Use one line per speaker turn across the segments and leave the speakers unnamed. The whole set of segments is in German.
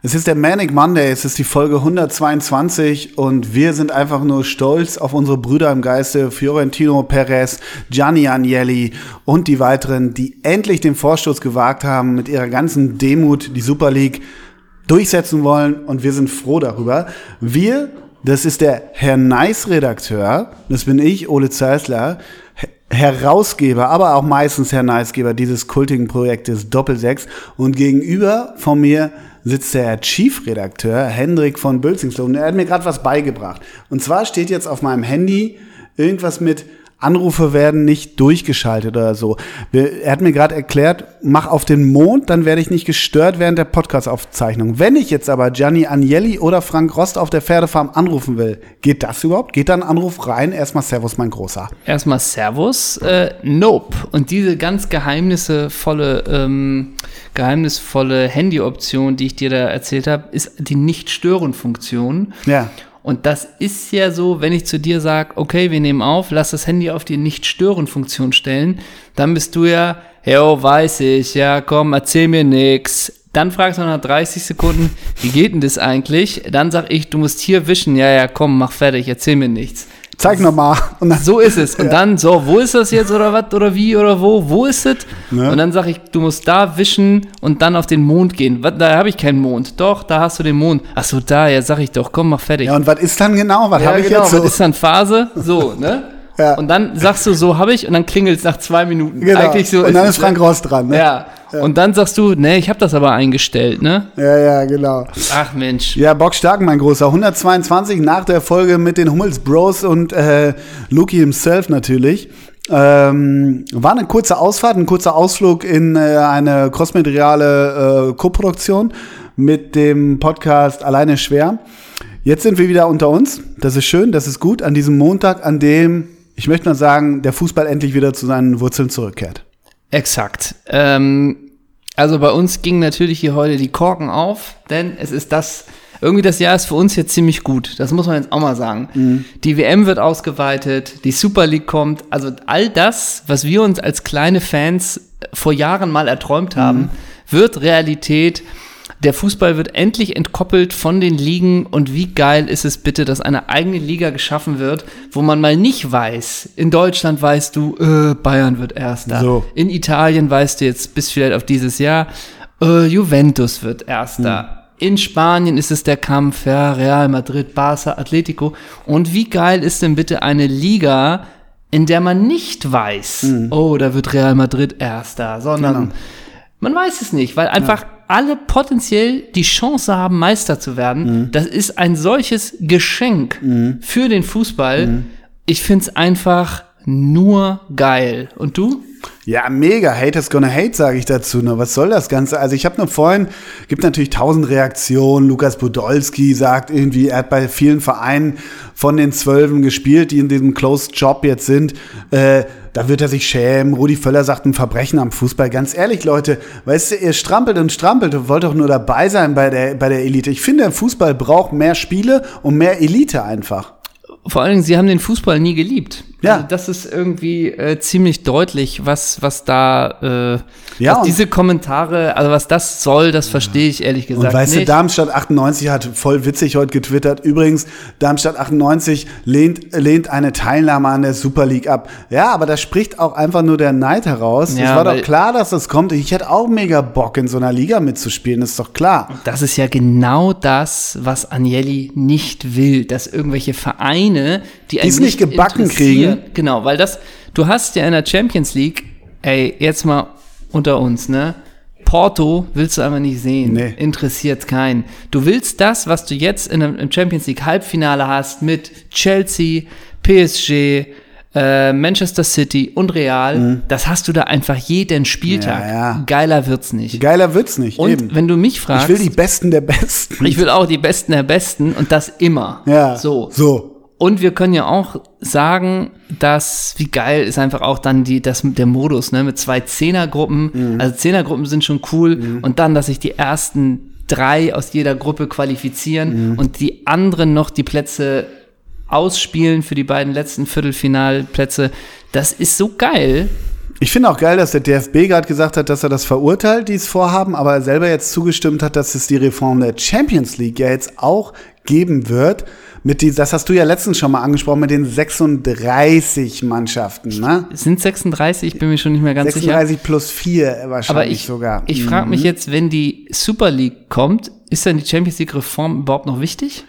Es ist der Manic Monday, es ist die Folge 122 und wir sind einfach nur stolz auf unsere Brüder im Geiste, Fiorentino Perez, Gianni Agnelli und die weiteren, die endlich den Vorstoß gewagt haben, mit ihrer ganzen Demut die Super League durchsetzen wollen und wir sind froh darüber. Wir, das ist der Herr Nice-Redakteur, das bin ich, Ole Zeisler, Herausgeber, aber auch meistens Herausgeber dieses kultigen Projektes Doppelsechs. Und gegenüber von mir sitzt der Chief-Redakteur Hendrik von Bülzingsloh. Er hat mir gerade was beigebracht. Und zwar steht jetzt auf meinem Handy irgendwas mit Anrufe werden nicht durchgeschaltet oder so. Wir- Er hat mir gerade erklärt, mach auf den Mond, dann werde ich nicht gestört während der Podcast-Aufzeichnung. Wenn ich jetzt aber Gianni Agnelli oder Frank Rost auf der Pferdefarm anrufen will, geht das überhaupt? Geht da ein Anruf rein? Erstmal Servus, mein Großer.
Erstmal Servus. Äh, nope. Und diese ganz geheimnisvolle, ähm, geheimnisvolle Handy-Option, die ich dir da erzählt habe, ist die Nicht-Stören-Funktion.
Ja.
Und das ist ja so, wenn ich zu dir sage, okay, wir nehmen auf, lass das Handy auf die Nicht-Stören-Funktion stellen, dann bist du ja, jo, weiß ich, ja, komm, erzähl mir nix. Dann fragst du nach 30 Sekunden, wie geht denn das eigentlich? Dann sag ich, du musst hier wischen, ja, ja, komm, mach fertig, erzähl mir nichts.
Zeig nochmal. Und dann
So ist es. Und dann, so, wo ist das jetzt oder was oder wie oder wo? Wo ist es?
Ne?
Und dann sage ich, du musst da wischen und dann auf den Mond gehen. Was, da habe ich keinen Mond. Doch, da hast du den Mond. Ach so, da, ja, sag ich doch, komm, mach fertig.
Ja, und was ist dann genau? Was
Ja,
habe ich
genau,
jetzt so?
was ist dann Phase? So, ne?
Ja.
Und dann sagst du, so habe ich, und dann klingelt es nach zwei Minuten.
Genau.
Eigentlich so
und dann
es-
ist Frank Ross dran, ne?
Ja. Und dann sagst du, ne, ich habe das aber eingestellt, ne?
ja, ja genau.
Ach Mensch.
Ja, Bock stark, mein Großer. 122 nach der Folge mit den Hummels Bros und äh, Luki himself natürlich. Ähm, war eine kurze Ausfahrt, ein kurzer Ausflug in äh, eine crossmediale äh, Koproduktion mit dem Podcast Alleine schwer. Jetzt sind wir wieder unter uns. Das ist schön, das ist gut. An diesem Montag, an dem, ich möchte mal sagen, der Fußball endlich wieder zu seinen Wurzeln zurückkehrt.
Exakt. Ähm, also bei uns ging natürlich hier heute die Korken auf, denn es ist das, irgendwie das Jahr ist für uns jetzt ziemlich gut. Das muss man jetzt auch mal sagen. Die WM wird ausgeweitet, die Super League kommt. Also all das, was wir uns als kleine Fans vor Jahren mal erträumt haben, wird Realität. Der Fußball wird endlich entkoppelt von den Ligen und wie geil ist es bitte, dass eine eigene Liga geschaffen wird, wo man mal nicht weiß. In Deutschland weißt du, äh, Bayern wird Erster.
So.
In Italien weißt du jetzt bis vielleicht auf dieses Jahr, äh, Juventus wird Erster. In Spanien ist es der Kampf, ja, Real Madrid, Barca, Atletico. Und wie geil ist denn bitte eine Liga, in der man nicht weiß, oh, da wird Real Madrid Erster, sondern man weiß es nicht, weil einfach alle potenziell die Chance haben, Meister zu werden. Das ist ein solches Geschenk für den Fußball. Ich find's einfach nur geil. Und du?
Ja, mega. Haters gonna hate, sage ich dazu. Ne? Was soll das Ganze? Also ich habe nur vorhin, gibt natürlich tausend Reaktionen. Lukas Podolski sagt irgendwie, er hat bei vielen Vereinen von den Zwölfen gespielt, die in diesem Closed Job jetzt sind. Äh, da wird er sich schämen. Rudi Völler sagt ein Verbrechen am Fußball. Ganz ehrlich, Leute, weißt du, ihr strampelt und strampelt und wollt doch nur dabei sein bei der, bei der Elite. Ich finde, der Fußball braucht mehr Spiele und mehr Elite einfach.
Vor allen Dingen, sie haben den Fußball nie geliebt.
Ja.
Also das ist irgendwie äh, ziemlich deutlich, was, was da, äh,
Ja,
was
und-
diese Kommentare, also was das soll, das verstehe ich ehrlich gesagt
Und weißt
nicht.
du, Darmstadt 98 hat voll witzig heute getwittert. Übrigens, Darmstadt 98 lehnt, lehnt eine Teilnahme an der Super League ab. Ja, aber da spricht auch einfach nur der Neid heraus. es
Ja,
war doch
weil-
klar, dass das kommt. Ich hätte auch mega Bock, in so einer Liga mitzuspielen, ist doch klar.
Das ist ja genau das, was Agnelli nicht will, dass irgendwelche Vereine, die einen
es nicht gebacken
interessieren- Genau, weil das, du hast ja in der Champions League, ey, jetzt mal unter uns, ne? Porto willst du aber nicht sehen.
Nee.
Interessiert keinen. Du willst das, was du jetzt in einem im Champions League Halbfinale hast mit Chelsea, PSG, äh, Manchester City und Real. Das hast du da einfach jeden Spieltag.
Mhm. Ja, ja.
Geiler wird's nicht.
Geiler wird's nicht.
und
eben.
wenn du mich fragst,
Ich will die Besten der Besten.
ich will auch die Besten der Besten und das immer.
ja.
So.
So.
Und wir können ja auch sagen, dass, wie geil ist einfach auch dann die, das, der Modus, ne, mit zwei Zehnergruppen. Also Zehnergruppen sind schon cool. Und dann, dass sich die ersten drei aus jeder Gruppe qualifizieren und die anderen noch die Plätze ausspielen für die beiden letzten Viertelfinalplätze. Das ist so geil.
Ich finde auch geil, dass der DFB gerade gesagt hat, dass er das verurteilt, dieses Vorhaben, aber er selber jetzt zugestimmt hat, dass es die Reform der Champions League ja jetzt auch geben wird. Mit die, das hast du ja letztens schon mal angesprochen, mit den 36 Mannschaften, ne?
Es sind 36, ich bin mir schon nicht mehr ganz sicher.
36 plus 4 wahrscheinlich
Aber ich,
sogar.
ich frage mich jetzt, wenn die Super League kommt, ist dann die Champions League Reform überhaupt noch wichtig?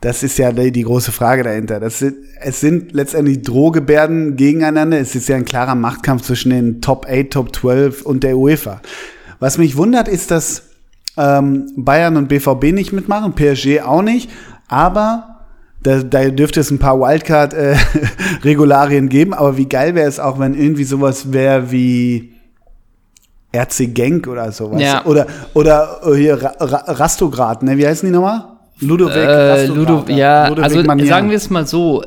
Das ist ja die die große Frage dahinter. Das sind, es sind letztendlich Drohgebärden gegeneinander. Es ist ja ein klarer Machtkampf zwischen den Top 8, Top 12 und der UEFA. Was mich wundert, ist, dass ähm, Bayern und BVB nicht mitmachen, PSG auch nicht. Aber da, da dürfte es ein paar Wildcard-Regularien geben. Aber wie geil wäre es auch, wenn irgendwie sowas wäre wie RC Genk oder sowas.
Ja.
Oder, oder äh, hier Ra Ra Rastograd, ne? Wie heißen die nochmal? Ludovic,
Äh,
hast du
Ludo,
gerade.
ja,
Ludovic
also
Manier.
sagen wir es mal so,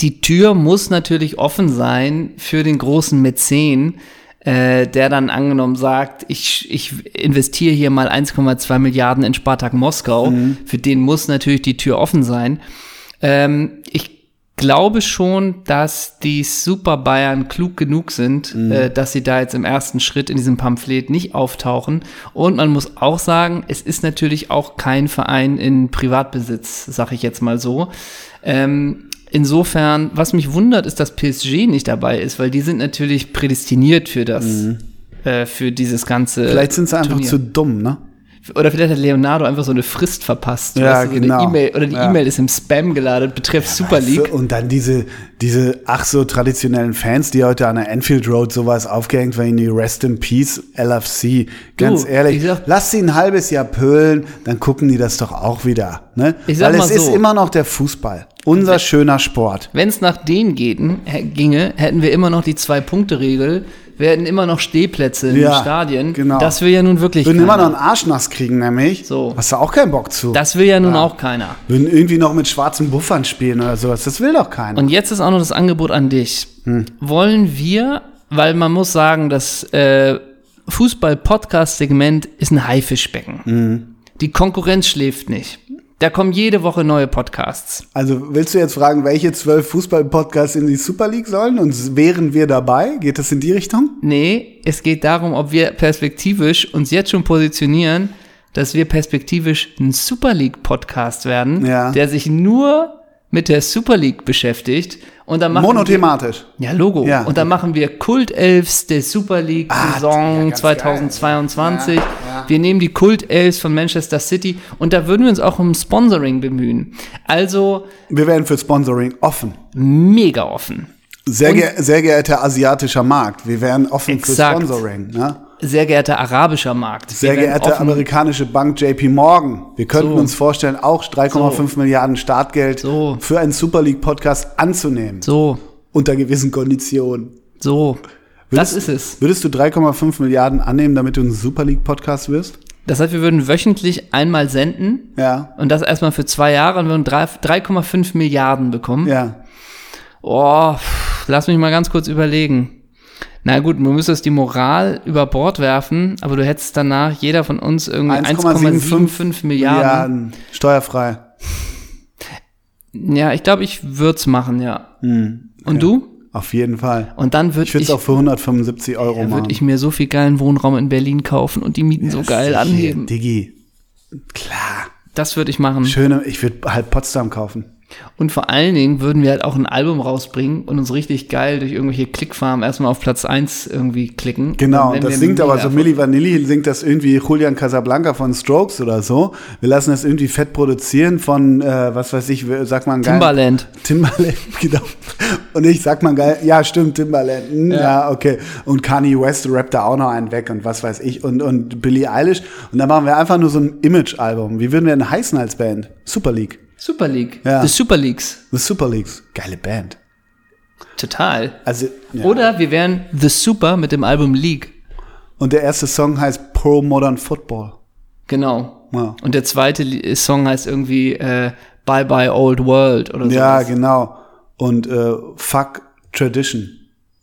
die Tür muss natürlich offen sein für den großen Mäzen, äh, der dann angenommen sagt, ich, ich investiere hier mal 1,2 Milliarden in Spartak Moskau. Für den muss natürlich die Tür offen sein. Ähm, ich glaube schon, dass die Super Bayern klug genug sind,
Mhm.
äh, dass sie da jetzt im ersten Schritt in diesem Pamphlet nicht auftauchen. Und man muss auch sagen, es ist natürlich auch kein Verein in Privatbesitz, sag ich jetzt mal so. Ähm, insofern, was mich wundert, ist, dass PSG nicht dabei ist, weil die sind natürlich prädestiniert für das. Äh, für dieses ganze.
Mhm. Vielleicht sind sie einfach
Turnier.
zu dumm, ne?
Oder vielleicht hat Leonardo einfach so eine Frist verpasst.
Ja,
so eine
genau.
E-Mail- oder die
Ja.
E-Mail ist im Spam geladen, betrifft Super League.
Weißt du, Und dann diese, diese ach so traditionellen Fans, die heute an der Enfield Road sowas aufgehängt werden, die Rest in Peace LFC. Ganz
Du,
ehrlich,
ich sag-
lass sie ein halbes Jahr pölen, dann gucken die das doch auch wieder. Ne?
Ich sag
Weil
mal
es ist
so.
immer noch der Fußball. Unser schöner Sport.
Wenn es nach denen gehen, hä- ginge, hätten wir immer noch die Zwei-Punkte-Regel, wir hätten immer noch Stehplätze in den
Ja,
Stadien.
genau.
Das will ja nun wirklich
Würden immer
keiner.
noch einen Arsch nass kriegen, nämlich.
So.
Hast du auch keinen Bock zu.
das will ja nun auch keiner.
Würden irgendwie noch mit schwarzen Buffern spielen oder sowas. Das will doch keiner.
Und jetzt ist auch noch das Angebot an dich.
Hm.
Wollen wir, weil man muss sagen, das äh, Fußball-Podcast-Segment ist ein Haifischbecken.
Hm.
Die Konkurrenz schläft nicht. Da kommen jede Woche neue Podcasts.
Also willst du jetzt fragen, welche zwölf Fußball-Podcasts in die Super League sollen und wären wir dabei? Geht das in die Richtung?
Nee, es geht darum, ob wir perspektivisch uns jetzt schon positionieren, dass wir perspektivisch ein Super League Podcast werden,
Ja.
der sich nur mit der Super League beschäftigt und dann machen
Monothematisch.
wir, ja Logo
Ja. Ah,
und dann machen wir Kultelfs der Super League
ja,
Saison
ganz
2022. Wir nehmen die Kultelfs von Manchester City und da würden wir uns auch um Sponsoring bemühen. Also
Wir wären für Sponsoring offen.
mega offen.
Sehr, ge sehr geehrter asiatischer Markt, wir wären offen
Exakt.
für Sponsoring. Ne?
Sehr geehrter arabischer Markt.
Sehr
Wir werden
geehrte
offen-
amerikanische Bank JP Morgan, wir könnten
So.
uns vorstellen, auch 3,5 Milliarden Startgeld
So.
für einen Super League Podcast anzunehmen.
so
Unter gewissen Konditionen.
So.
Würdest-
das ist es.
Würdest du 3,5 Milliarden annehmen, damit du ein Super League Podcast wirst?
Das heißt, wir würden wöchentlich einmal senden
Ja.
und das erstmal für zwei Jahre und würden drei- 3,5 Milliarden bekommen.
Ja.
Oh, pff, lass mich mal ganz kurz überlegen. Na gut, du müsstest die Moral über Bord werfen, aber du hättest danach jeder von uns irgendwie 1,75 Milliarden.
Milliarden. Steuerfrei.
Ja, ich glaube, ich würd's machen, ja. Und du?
Auf jeden Fall.
Und dann würde
Hm, Ich
ich,
würde es auch für 175 Euro
würd
machen.
ich mir so viel geilen Wohnraum in Berlin kaufen und die Mieten so geil
Sicher,
anheben.
Digi. Klar.
Das würde ich machen.
Schöne, ich würde halt Potsdam kaufen.
Und vor allen Dingen würden wir halt auch ein Album rausbringen und uns richtig geil durch irgendwelche Klickfarmen erstmal auf Platz 1 irgendwie klicken.
Genau,
Und wenn
und das
wir
singt
mega
aber so
Erfolg-
Milli Vanilli, singt das irgendwie Julian Casablanca von Strokes oder so. Wir lassen das irgendwie fett produzieren von, äh, was weiß ich, sag mal einen geilen-
Timbaland.
Timbaland, genau. Und ich sag mal geil, ja, stimmt, Timbaland. Hm, ja. okay. Und Kanye West rappt da auch noch einen weg und was weiß ich. Und, und Billie Eilish. Und dann machen wir einfach nur so ein Image-Album. Wie würden wir denn heißen als Band? Super League.
Super League.
Ja.
The Super Leagues.
The Super Leagues. Geile Band.
Total.
Also, ja.
Oder wir wären The Super mit dem Album League.
Und der erste Song heißt Pro Modern Football.
Genau.
Ja.
Und der zweite Li- Song heißt irgendwie äh, Bye Bye Old World oder
Ja,
sowas.
genau. Und äh, Fuck Tradition.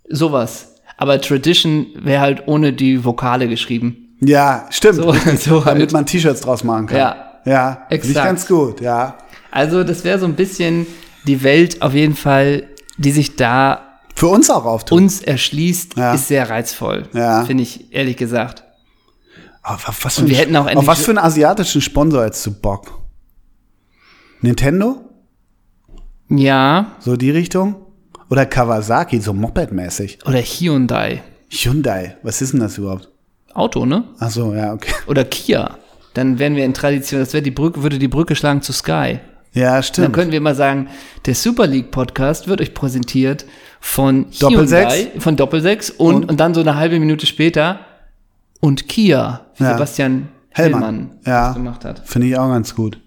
Sowas. Aber Tradition wäre halt ohne die Vokale geschrieben.
Ja, stimmt.
So, so
Damit
halt.
man T-Shirts draus machen kann.
Ja.
Ja, finde ich
Exakt.
ganz gut, ja.
Also das wäre so ein bisschen die Welt auf jeden Fall, die sich da
Für uns auch auftun.
uns erschließt,
Ja.
ist sehr reizvoll.
Ja.
Finde ich, ehrlich gesagt.
Aber auf Ah, was für
Und
ein-
wir hätten auch
auf
endlich-
was für einen asiatischen Sponsor hättest du Bock? Nintendo?
Ja,
So die Richtung? Oder Kawasaki, so Moped-mäßig.
oder Hyundai.
Hyundai, was ist denn das überhaupt?
Auto, ne?
Ach so, ja, okay.
Oder Kia. Dann wären wir in Tradition, das wäre die Brücke, würde die Brücke schlagen zu Sky.
Ja,
Dann
stimmt.
könnten wir mal sagen, der Super League Podcast wird euch präsentiert von
Doppelsechs.
Hyundai, von Doppelsechs und, und, dann so eine halbe Minute später und Kia, wie
Ja.
Sebastian
Hellmann.
Hellmann,
Ja.
das gemacht hat.
Finde ich auch ganz gut.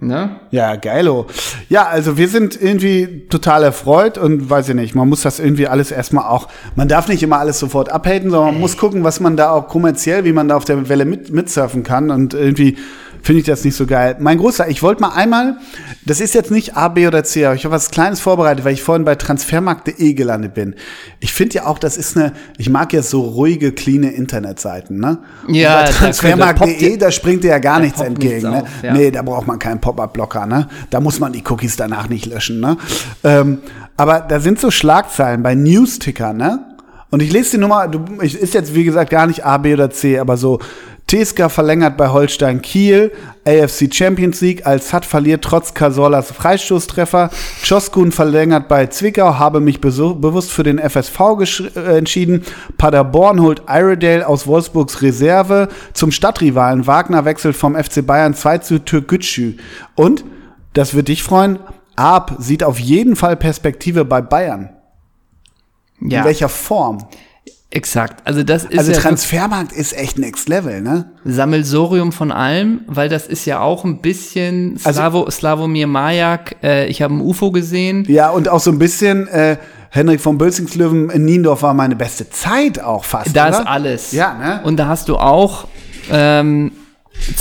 Ne?
Ja, geilo. Ja, also wir sind irgendwie total erfreut und weiß ich nicht, man muss das irgendwie alles erstmal auch, man darf nicht immer alles sofort abhaten, sondern man muss gucken, was man da auch kommerziell, wie man da auf der Welle mit, mitsurfen kann und irgendwie finde ich das nicht so geil. Mein Großer, ich wollte mal einmal, das ist jetzt nicht A, B oder C, aber ich habe was Kleines vorbereitet, weil ich vorhin bei transfermarkt.de gelandet bin. Ich finde ja auch, das ist eine, ich mag ja so ruhige, cleane Internetseiten, ne? Und
Ja,
bei
da könnte-
transfermarkt.de, da springt dir ja gar nichts
poppt nichts
entgegen, ne?
auf, ja.
Nee, da braucht man keinen Pop-up-Blocker, ne? Da muss man die Cookies danach nicht löschen, ne? Ähm, aber da sind so Schlagzeilen bei Newsticker, ne? Und ich lese die Nummer, du, ich, ist jetzt wie gesagt gar nicht A, B oder C, aber so TSK verlängert bei Holstein Kiel, AFC Champions League, als hat verliert trotz Casorlas Freistoßtreffer, Czoskun verlängert bei Zwickau, habe mich besu- bewusst für den FSV gesch- äh, entschieden, Paderborn holt Iredale aus Wolfsburgs Reserve zum Stadtrivalen, Wagner wechselt vom FC Bayern 2 zu Türkgücü und, das wird dich freuen, Arp sieht auf jeden Fall Perspektive bei Bayern. In
Ja,
welcher Form?
exakt. Also das ist
Also
ja
Transfermarkt ist echt Next Level, ne?
Sammelsorium von allem, weil das ist ja auch ein bisschen
Also-
Slavo, Slavomir Majak, äh, ich habe ein UFO gesehen.
Ja, und auch so ein bisschen äh, Henrik von Bölzingslöwen in Niendorf war meine beste Zeit auch fast.
Da
oder?
ist alles.
Ja, ne?
Und da hast du auch ähm,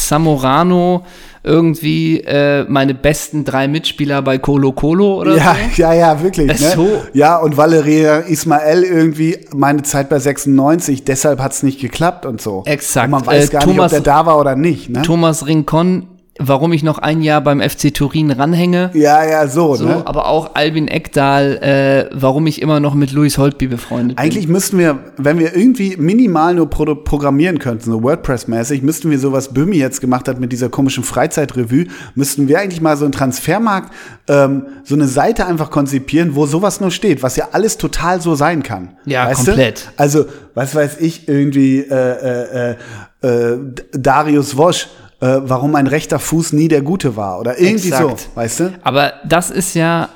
Zamorano irgendwie äh, meine besten drei Mitspieler bei Colo Colo oder
ja,
so.
ja, ja, wirklich.
Das
ne?
ist so-
Ja, und Valeria Ismael irgendwie meine Zeit bei 96, deshalb hat's nicht geklappt und so.
Exakt.
Und man weiß
Äh,
gar
Thomas-
nicht, ob der da war oder nicht. Ne?
Thomas Rincon, warum ich noch ein Jahr beim FC Turin ranhänge.
Ja, ja, so,
So,
ne?
aber auch Albin Eckdahl, äh, warum ich immer noch mit Luis Holtby befreundet bin.
Eigentlich müssten wir, wenn wir irgendwie minimal nur produ- programmieren könnten, so WordPress-mäßig, müssten wir so, was Böhmi jetzt gemacht hat mit dieser komischen Freizeitrevue, müssten wir eigentlich mal so einen Transfermarkt, ähm, so eine Seite einfach konzipieren, wo sowas nur steht, was ja alles total so sein kann.
Ja,
weißt
komplett.
Du? Also, was weiß ich, irgendwie äh, äh, äh, äh, D- Darius Wosch, äh, warum mein rechter Fuß nie der gute war oder irgendwie
Exakt.
so, weißt du?
Aber das ist ja,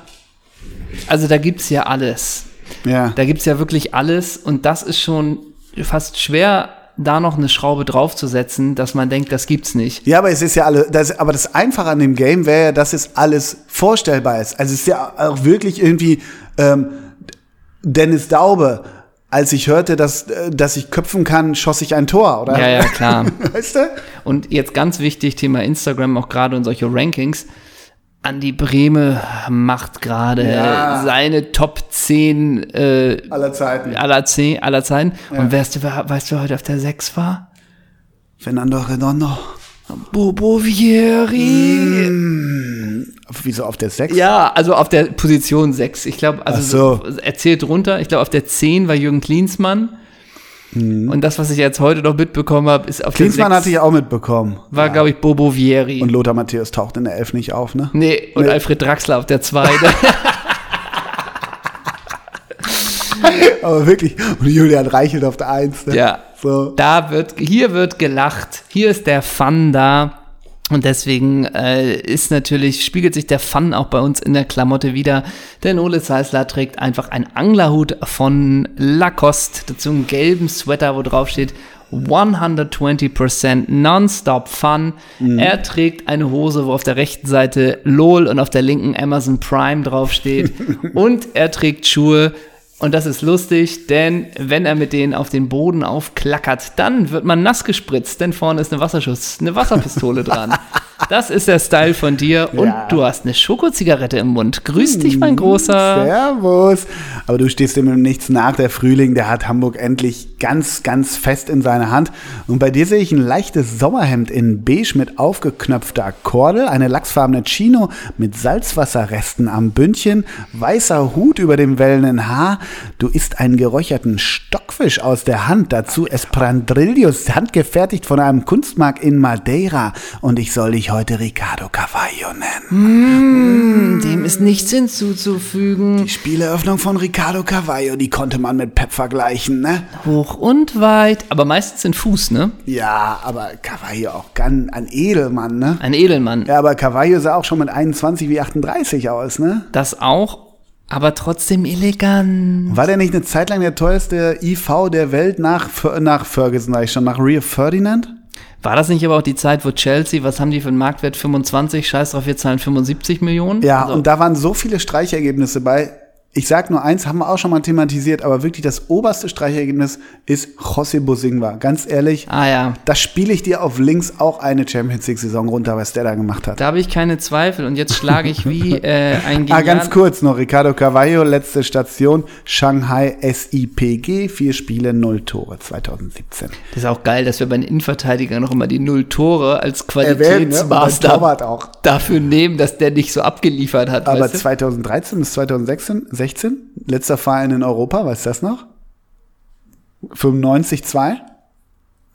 also da gibt's ja alles.
Ja.
Da gibt's ja wirklich alles und das ist schon fast schwer, da noch eine Schraube draufzusetzen, dass man denkt, das gibt's nicht.
Ja, aber es ist ja alle, das, aber das Einfache an dem Game wäre ja, dass es alles vorstellbar ist. Also es ist ja auch wirklich irgendwie ähm, Dennis Daube. Als ich hörte, dass, äh, dass ich köpfen kann, schoss ich ein Tor, oder?
Ja, ja, klar.
Weißt du?
Und jetzt ganz wichtig, Thema Instagram auch gerade und solche Rankings. Andi Brehme macht gerade
Ja.
seine Top 10 äh,
Aller Zeiten.
aller, 10, aller Zeiten. Und weißt du, wer, weißt du, wer heute auf der 6 war?
Fernando Redondo.
Bobo Vieri.
Wieso auf der 6?
Ja, also auf der Position 6. Ich glaube, also
Ach
so. erzählt runter. Ich glaube, auf der 10 war Jürgen Klinsmann. Und das, was ich jetzt heute noch mitbekommen habe, ist auf
Mhm. Klinsmann
der
hatte ich auch mitbekommen.
war, glaube ich, Bobo Vieri.
Und Lothar Matthäus taucht in der Elf nicht auf, ne?
Nee, und
Nee.
Alfred Draxler auf der 2.
Aber wirklich. Und Julian Reichelt auf der 1. Ne?
ja.
So.
Da wird, hier wird gelacht, hier ist der Fun da. Und deswegen äh, ist natürlich, spiegelt sich der Fun auch bei uns in der Klamotte wieder. Denn Ole Zeisler trägt einfach einen Anglerhut von Lacoste, dazu einen gelben Sweater, wo drauf steht 120% Nonstop Fun. Er trägt eine Hose, wo auf der rechten Seite LOL und auf der linken Amazon Prime draufsteht. und er trägt Schuhe, und das ist lustig, denn wenn er mit denen auf den Boden aufklackert, dann wird man nass gespritzt, denn vorne ist eine Wasserschuss, eine Wasserpistole dran. Das ist der Style von dir und
Ja. Hm,
du hast eine Schokozigarette im Mund. Grüß dich, mein großer.
Mhm. Servus. Aber du stehst dem nichts nach. Der Frühling, der hat Hamburg endlich ganz, ganz fest in seiner Hand. Und bei dir sehe ich ein leichtes Sommerhemd in beige mit aufgeknöpfter Kordel, eine lachsfarbene Chino mit Salzwasserresten am Bündchen, weißer Hut über dem wellenden Haar. Du isst einen geräucherten Stockfisch aus der Hand, dazu Esprandrillos, handgefertigt von einem Kunstmarkt in Madeira. Und ich soll dich heute Ricardo Cavallo nennen.
Dem ist nichts hinzuzufügen.
Die Spieleröffnung von Ricardo Cavallo, die konnte man mit Pep vergleichen, ne?
Hoch und weit, aber meistens in Fuß, ne?
Ja, aber Cavallo auch ganz ein Edelmann, ne?
Ein Edelmann.
Ja, aber Cavallo sah auch schon mit 21 wie 38 aus, ne?
Das auch, aber trotzdem elegant.
War der nicht eine Zeit lang der teuerste IV der Welt nach, Fer- nach Ferguson, sag ich schon, nach Rio Ferdinand?
War das nicht aber auch die Zeit, wo Chelsea, was haben die für einen Marktwert? 25, scheiß drauf, wir zahlen 75 Millionen?
Ja,
Also,
und da waren so viele Streichergebnisse bei. Ich sag nur eins, haben wir auch schon mal thematisiert, aber wirklich das oberste Streichergebnis ist José Bosingwa. Ganz ehrlich,
ah ja,
da spiele ich dir auf links auch eine Champions League-Saison runter, was der da gemacht hat.
da habe ich keine Zweifel. Und jetzt schlage ich wie äh, ein
Ah,
genial-
ganz kurz noch, Ricardo Carvalho, letzte Station, Shanghai SIPG, vier Spiele, null Tore 2017.
Das ist auch geil, dass wir bei den Innenverteidigern noch immer die Null Tore als
Erwähnt, ne? Und beim
Äh, Qualitätsmaßstab
Torwart auch.
dafür nehmen, dass der nicht so abgeliefert hat.
Aber
weißt du?
2013 bis 2016, 16, letzter Verein in Europa, weißt du das noch? 95, 2.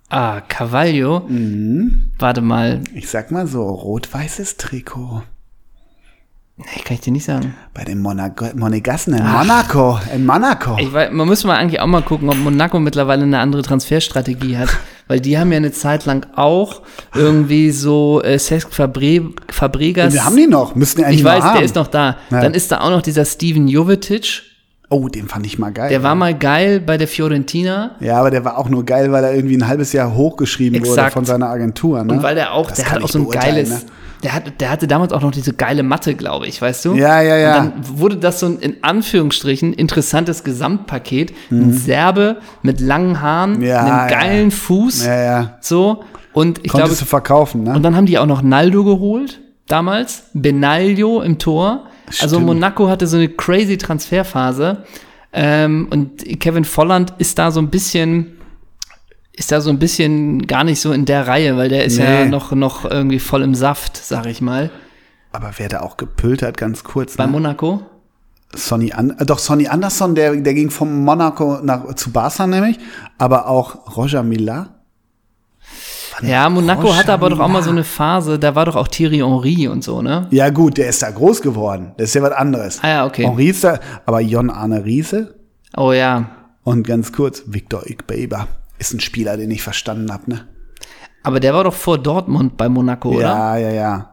Ah, Carvalho.
Mhm.
Warte mal.
Ich sag mal so, rot-weißes Trikot.
Nee, kann ich dir nicht sagen.
Bei den Monaco- Monegassen in Monaco, in Monaco.
Ich weiß, man muss mal eigentlich auch mal gucken, ob Monaco mittlerweile eine andere Transferstrategie hat. Weil die haben ja eine Zeit lang auch irgendwie so äh, Cesc Fabre Fabregas.
Wir haben die noch, müssen die eigentlich
ich
mal
weiß,
haben.
der ist noch da.
Ja.
Dann ist da auch noch dieser Steven Jovetic.
Oh, den fand ich mal geil.
Der war mal geil bei der Fiorentina.
ja, aber der war auch nur geil, weil er irgendwie ein halbes Jahr hochgeschrieben wurde
Exakt.
von seiner Agentur. Ne?
Und weil der auch,
Das
der
kann
hat auch
ich
so ein
beurteilen,
geiles,
ne?
der, hat, der hatte damals auch noch diese geile Matte, glaube ich, weißt du?
Ja, ja, ja.
Und dann wurde das so ein, in Anführungsstrichen, interessantes Gesamtpaket. Ein Serbe mit langen Haaren,
Ja,
einem
ja.
geilen Fuß,
Ja, ja.
so. Und ich glaube,
Konntest du verkaufen, ne?
und dann haben die auch noch Naldo geholt, damals. Benaglio im Tor. Also
Stimmt.
Monaco hatte so eine crazy Transferphase. Ähm, und Kevin Volland ist da so ein bisschen, ist da so ein bisschen gar nicht so in der Reihe, weil der ist ja
Nee.
noch, noch irgendwie voll im Saft, sag ich mal,
Aber wer da auch gepölt hat, ganz kurz.
bei
Ne?
Monaco.
Sonny An äh, doch, Sonny Anderson, der, der ging vom Monaco nach, zu Barca nämlich, aber auch Roger Miller.
Ja, Monaco
Rocha
hatte aber doch auch
Milan.
mal so eine Phase, da war doch auch Thierry Henry und so, ne?
Ja gut, der ist da groß geworden. Das ist ja was anderes.
Ah ja, okay.
Henri ist da, aber Jon Arne Riese
Oh ja.
und ganz kurz, Victor Igbeber. Ist ein Spieler, den ich verstanden hab, ne?
Aber der war doch vor Dortmund bei Monaco, oder?
Ja, ja, ja.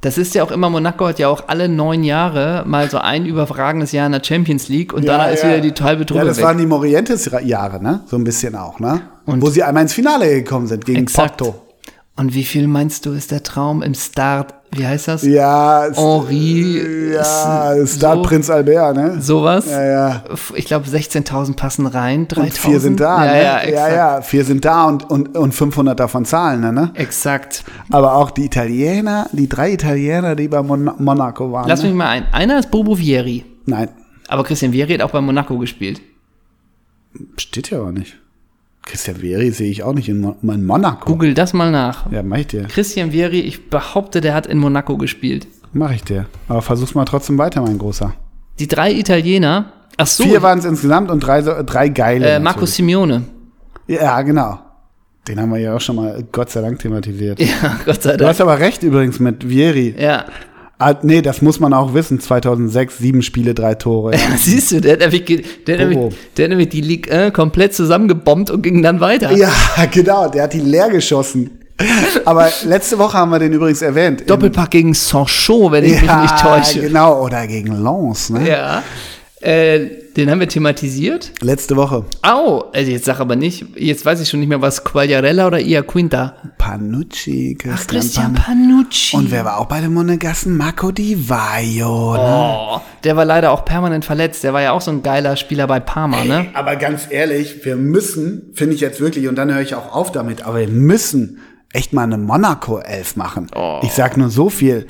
Das ist ja auch immer, Monaco hat ja auch alle neun Jahre mal so ein überragendes Jahr in der Champions League und danach
ja,
ist
ja.
wieder die halbe Truppe
Ja, das
weg.
waren die Morientes-Jahre, ne? So ein bisschen auch, ne?
Und-
Wo sie einmal ins Finale gekommen sind gegen
Exakt.
Porto.
Und wie viel meinst du, ist der Traum im Start, wie heißt das?
Ja, es-
Henri,
ja,
s-
Star
so-
Prinz Albert, ne?
Sowas?
Ja, ja.
Ich glaube, 16.000 passen rein, 3.000.
Und vier sind da,
ja,
ne?
Ja, exakt.
ja, vier sind da und, und, und 500 davon zahlen, ne, ne?
exakt.
Aber auch die Italiener, die drei Italiener, die bei Mon Monaco waren.
Lass
ne?
mich mal ein. Einer ist Bobo Vieri,
Nein,
aber Christian Vieri hat auch bei Monaco gespielt.
steht ja auch nicht. Christian Veri sehe ich auch nicht in, Mon in Monaco.
Google das mal nach.
Ja, mach ich dir.
Christian Vieri, ich behaupte, der hat in Monaco gespielt.
Mach ich dir. Aber versuch's mal trotzdem weiter, mein Großer.
Die drei Italiener, ach so,
Vier waren es insgesamt und drei, so- drei geile.
äh, Marco Simeone.
natürlich. Ja, genau. Den haben wir ja auch schon mal Gott sei Dank thematisiert.
Ja, Gott sei
Du
Dank.
hast aber recht übrigens mit Vieri.
Ja,
Ah, nee, das muss man auch wissen. 2006, sieben Spiele, drei Tore.
siehst du, der hat nämlich, ge- der hat
Bobo.
nämlich, der hat nämlich die Ligue 1 komplett zusammengebombt und ging dann weiter.
Ja, genau, der hat die leer geschossen. Aber letzte Woche haben wir den übrigens erwähnt.
Doppelpack gegen Sancho, wenn ich mich nicht täusche.
genau, oder gegen Lens, ne?
Ja. Äh, den haben wir thematisiert.
Letzte Woche.
Au, also jetzt sag aber nicht, jetzt weiß ich schon nicht mehr, was Quagliarella oder Ia Quinta.
Panucci, Christian, Pan-
Panucci.
Und wer war auch bei den Monegassen? Marco Di Vaio. ne?
Oh, der war leider auch permanent verletzt. Der war ja auch so ein geiler Spieler bei Parma, ne?
Aber ganz ehrlich, wir müssen, finde ich jetzt wirklich, und dann höre ich auch auf damit, aber wir müssen echt mal eine Monaco-Elf machen.
Oh.
Ich sag nur so viel.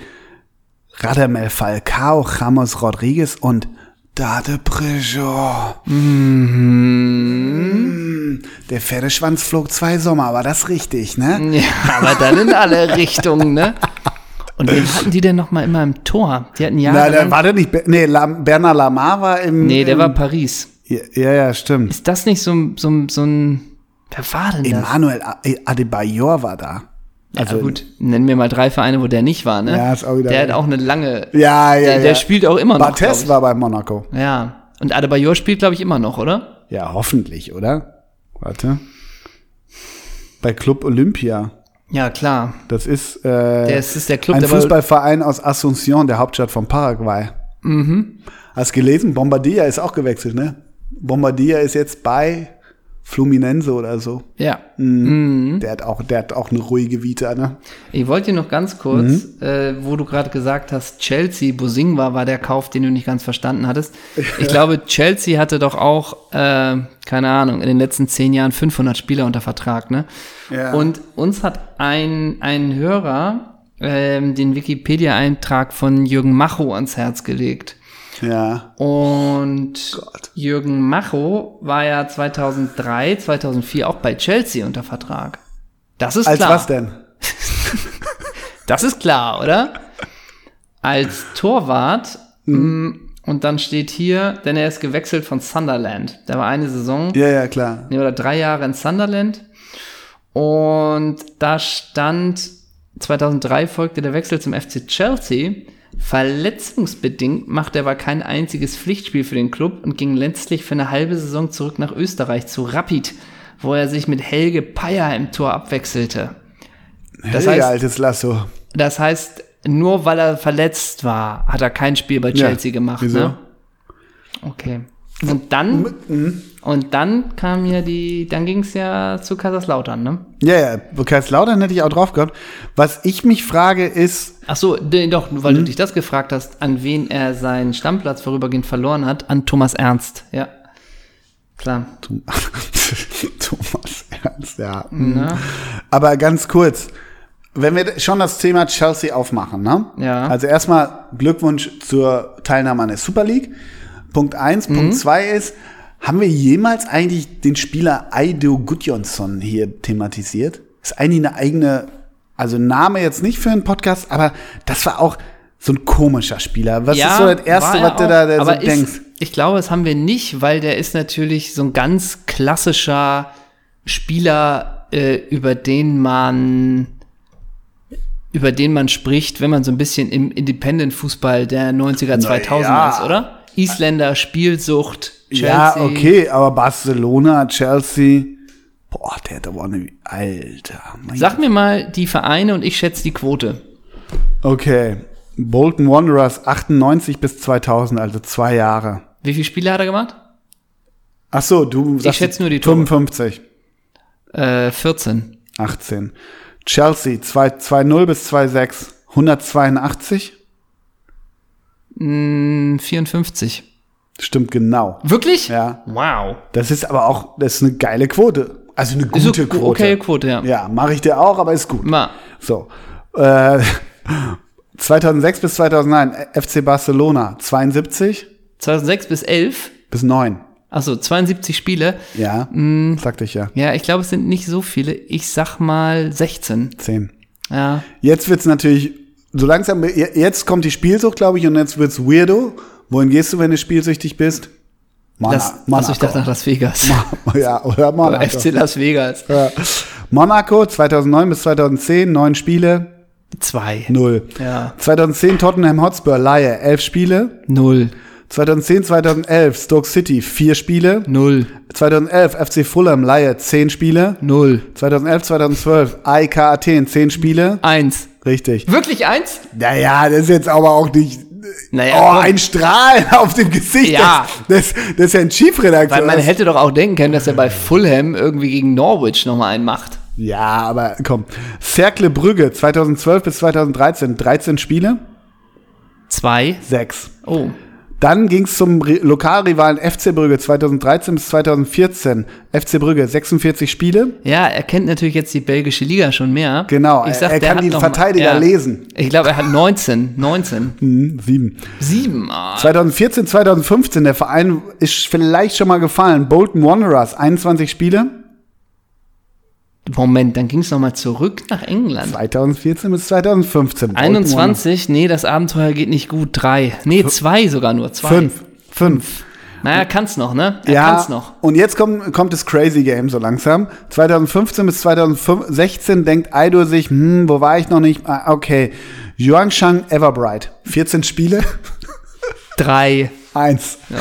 Radamel Falcao, Ramos Rodriguez und Dade Peugeot.
Mhm.
Mm. Der Pferdeschwanz flog zwei Sommer, war das richtig, ne?
Ja, aber dann in alle Richtungen, ne? Und wen hatten die denn noch mal immer im Tor? Die hatten
Na, der,
jahrelang...
war der nicht, Be- nee, Lam, Bernard Lamar war im.
nee, der
im,
war Paris.
Ja, ja, ja, stimmt.
Ist das nicht so, ein- so, ein- so ein... Wer war denn das?
Emmanuel A- Adebayor war da.
ja, gut, nennen wir mal drei Vereine, wo der nicht war, ne?
also- Ja, ist auch wieder-
der hat auch eine lange...
Ja, ja,
der,
ja.
der spielt auch immer noch, glaub
Bartes
ich.
war bei Monaco.
Ja, und Adebayor spielt, glaube ich, immer noch, oder?
Ja, hoffentlich, oder? Warte. Bei Club Olympia.
Ja, klar.
Das ist, äh,
Der ist, ist der Club,
ein
der bei-
Fußballverein aus Asunción, der Hauptstadt von Paraguay. Mhm. Hast gelesen? Bombardier ist auch gewechselt, ne? Bombardier ist jetzt bei Fluminense oder so.
Ja. Mhm.
Der hat auch, der hat auch eine ruhige Vita, ne?
Ich wollte dir noch ganz kurz,
Mhm.
äh, wo du gerade gesagt hast, Chelsea, Bosing war, war der Kauf, den du nicht ganz verstanden hattest. Ich glaube, Chelsea hatte doch auch, äh, keine Ahnung, in den letzten zehn Jahren 500 Spieler unter Vertrag, ne?
Ja.
Und uns hat ein, ein Hörer ähm, den Wikipedia-Eintrag von Jürgen Macho ans Herz gelegt.
Ja.
Und
Gott.
Jürgen Macho war ja 2003, 2004 auch bei Chelsea unter Vertrag. Das ist
Als
klar.
was denn?
Das ist klar, oder? Als Torwart. mm, Und dann steht hier, denn er ist gewechselt von Sunderland. Der war eine Saison
Ja, ja, klar.
nee, oder drei Jahre in Sunderland. Und da stand 2003 folgte der Wechsel zum FC Chelsea. Verletzungsbedingt machte er aber kein einziges Pflichtspiel für den Club und ging letztlich für eine halbe Saison zurück nach Österreich zu Rapid, wo er sich mit Helge Payer im Tor abwechselte. Das
Helge,
heißt-
altes Lasso.
Das heißt, nur weil er verletzt war, hat er kein Spiel bei
Ja,
Chelsea gemacht.
wieso?
Ne? Okay. Und dann,
hm.
und dann kam ja die, dann ging es ja zu Kaiserslautern, ne?
Ja, ja, Kaiserslautern hätte ich auch drauf gehabt. Was ich mich frage ist,
Ach so, nee, doch, weil
Hm.
du dich das gefragt hast, an wen er seinen Stammplatz vorübergehend verloren hat, an Thomas Ernst, ja. Klar.
Thomas Ernst, ja. Hm.
Ne?
Aber ganz kurz, wenn wir schon das Thema Chelsea aufmachen, ne?
Ja.
Also erstmal Glückwunsch zur Teilnahme an der Super League. Punkt eins,
Mhm.
Punkt zwei ist, haben wir jemals eigentlich den Spieler Aido Gudjonsson hier thematisiert? Ist eigentlich eine eigene, also Name jetzt nicht für einen Podcast, aber das war auch so ein komischer Spieler. Was ist so das Erste,
war er
was du da,
auch,
da so
aber ist,
denkst?
Ich glaube, das haben wir nicht, weil der ist natürlich so ein ganz klassischer Spieler, äh, über den man über den man spricht, wenn man so ein bisschen im Independent-Fußball der 90er, 2000er
ja.
ist, oder? Isländer, Spielsucht, Chelsea.
Ja, okay, aber Barcelona, Chelsea, boah, der hat aber auch eine, alter. mein
Sag mir mal die Vereine und ich schätze die Quote.
Okay. Bolton Wanderers 98 bis 2000, also zwei Jahre.
Wie viele Spiele hat er gemacht?
Ach so, du sagst
schätze nur die Tore.
55,
Äh, 14.
18. Chelsea 2 2-0 bis 2-6, 182.
Hm, 54.
Stimmt genau.
Wirklich?
Ja,
Wow.
das ist aber auch das ist eine geile Quote. Also eine
Ist
gute
okay,
Quote.
Okay, Quote, ja.
Ja, mache ich dir auch, aber ist gut.
Ma,
So. Äh, 2006 bis 2009 FC Barcelona 72
2006 bis 11,
bis 9.
also 72 Spiele.
Ja,
Mhm.
sagte ich ja.
Ja, ich glaube, es sind nicht so viele. Ich sag mal 16.
10.
Ja,
Jetzt wird's natürlich, so langsam, je- jetzt kommt die Spielsucht, glaube ich, und jetzt wird's weirdo. Wohin gehst du, wenn du spielsüchtig bist? Mana,
das, also ich dachte nach Las Vegas.
ja, oder
Oder
Monaco.
FC Las Vegas.
Ja. Monaco 2009 bis 2010, neun Spiele,
Zwei.
null.
Ja.
2010 Tottenham Hotspur, Laie, elf Spiele.
Null.
2010, 2011 Stoke City, vier Spiele.
Null.
2011 FC Fulham, Laie, zehn Spiele.
Null.
2011, 2012 AEK Athen, zehn Spiele.
Eins.
Richtig.
Wirklich eins?
Naja, das ist jetzt aber auch nicht.
Naja,
oh,
komm.
ein Strahl auf dem Gesicht.
Ja.
Das, das, das ist ja ein Chiefredakteur.
Weil man hätte doch auch denken können, dass er bei Fulham irgendwie gegen Norwich nochmal einen macht.
ja, aber komm. Cercle Brügge, 2012 bis 2013, 13 Spiele,
Zwei.
6.
Oh.
Dann ging es zum Re Lokalrivalen FC Brügge 2013 bis 2014. FC Brügge, 46 Spiele.
Ja, er kennt natürlich jetzt die belgische Liga schon mehr.
Genau,
ich sag,
er
der
kann
hat
die
noch-
Verteidiger lesen.
Ich glaube, er hat 19. 19.
Hm, sieben.
Sieben. Ah.
2014, 2015, der Verein ist vielleicht schon mal gefallen. Bolton Wanderers, 21 Spiele.
Moment, dann ging es nochmal zurück nach England.
2014 bis 2015. Bolton
21, nee, das Abenteuer geht nicht gut. Drei. Nee, zwei sogar nur. Zwei.
Wanderers. Fünf. Fünf.
Naja, kann's noch, ne? Er
ja,
kann's noch.
und jetzt kommt, kommt das Crazy Game so langsam. 2015 bis 2016 denkt Aidur sich, hm, wo war ich noch nicht? Ah, okay, Yuanshang Everbright, 14 Spiele,
Drei.
eins.
Oh.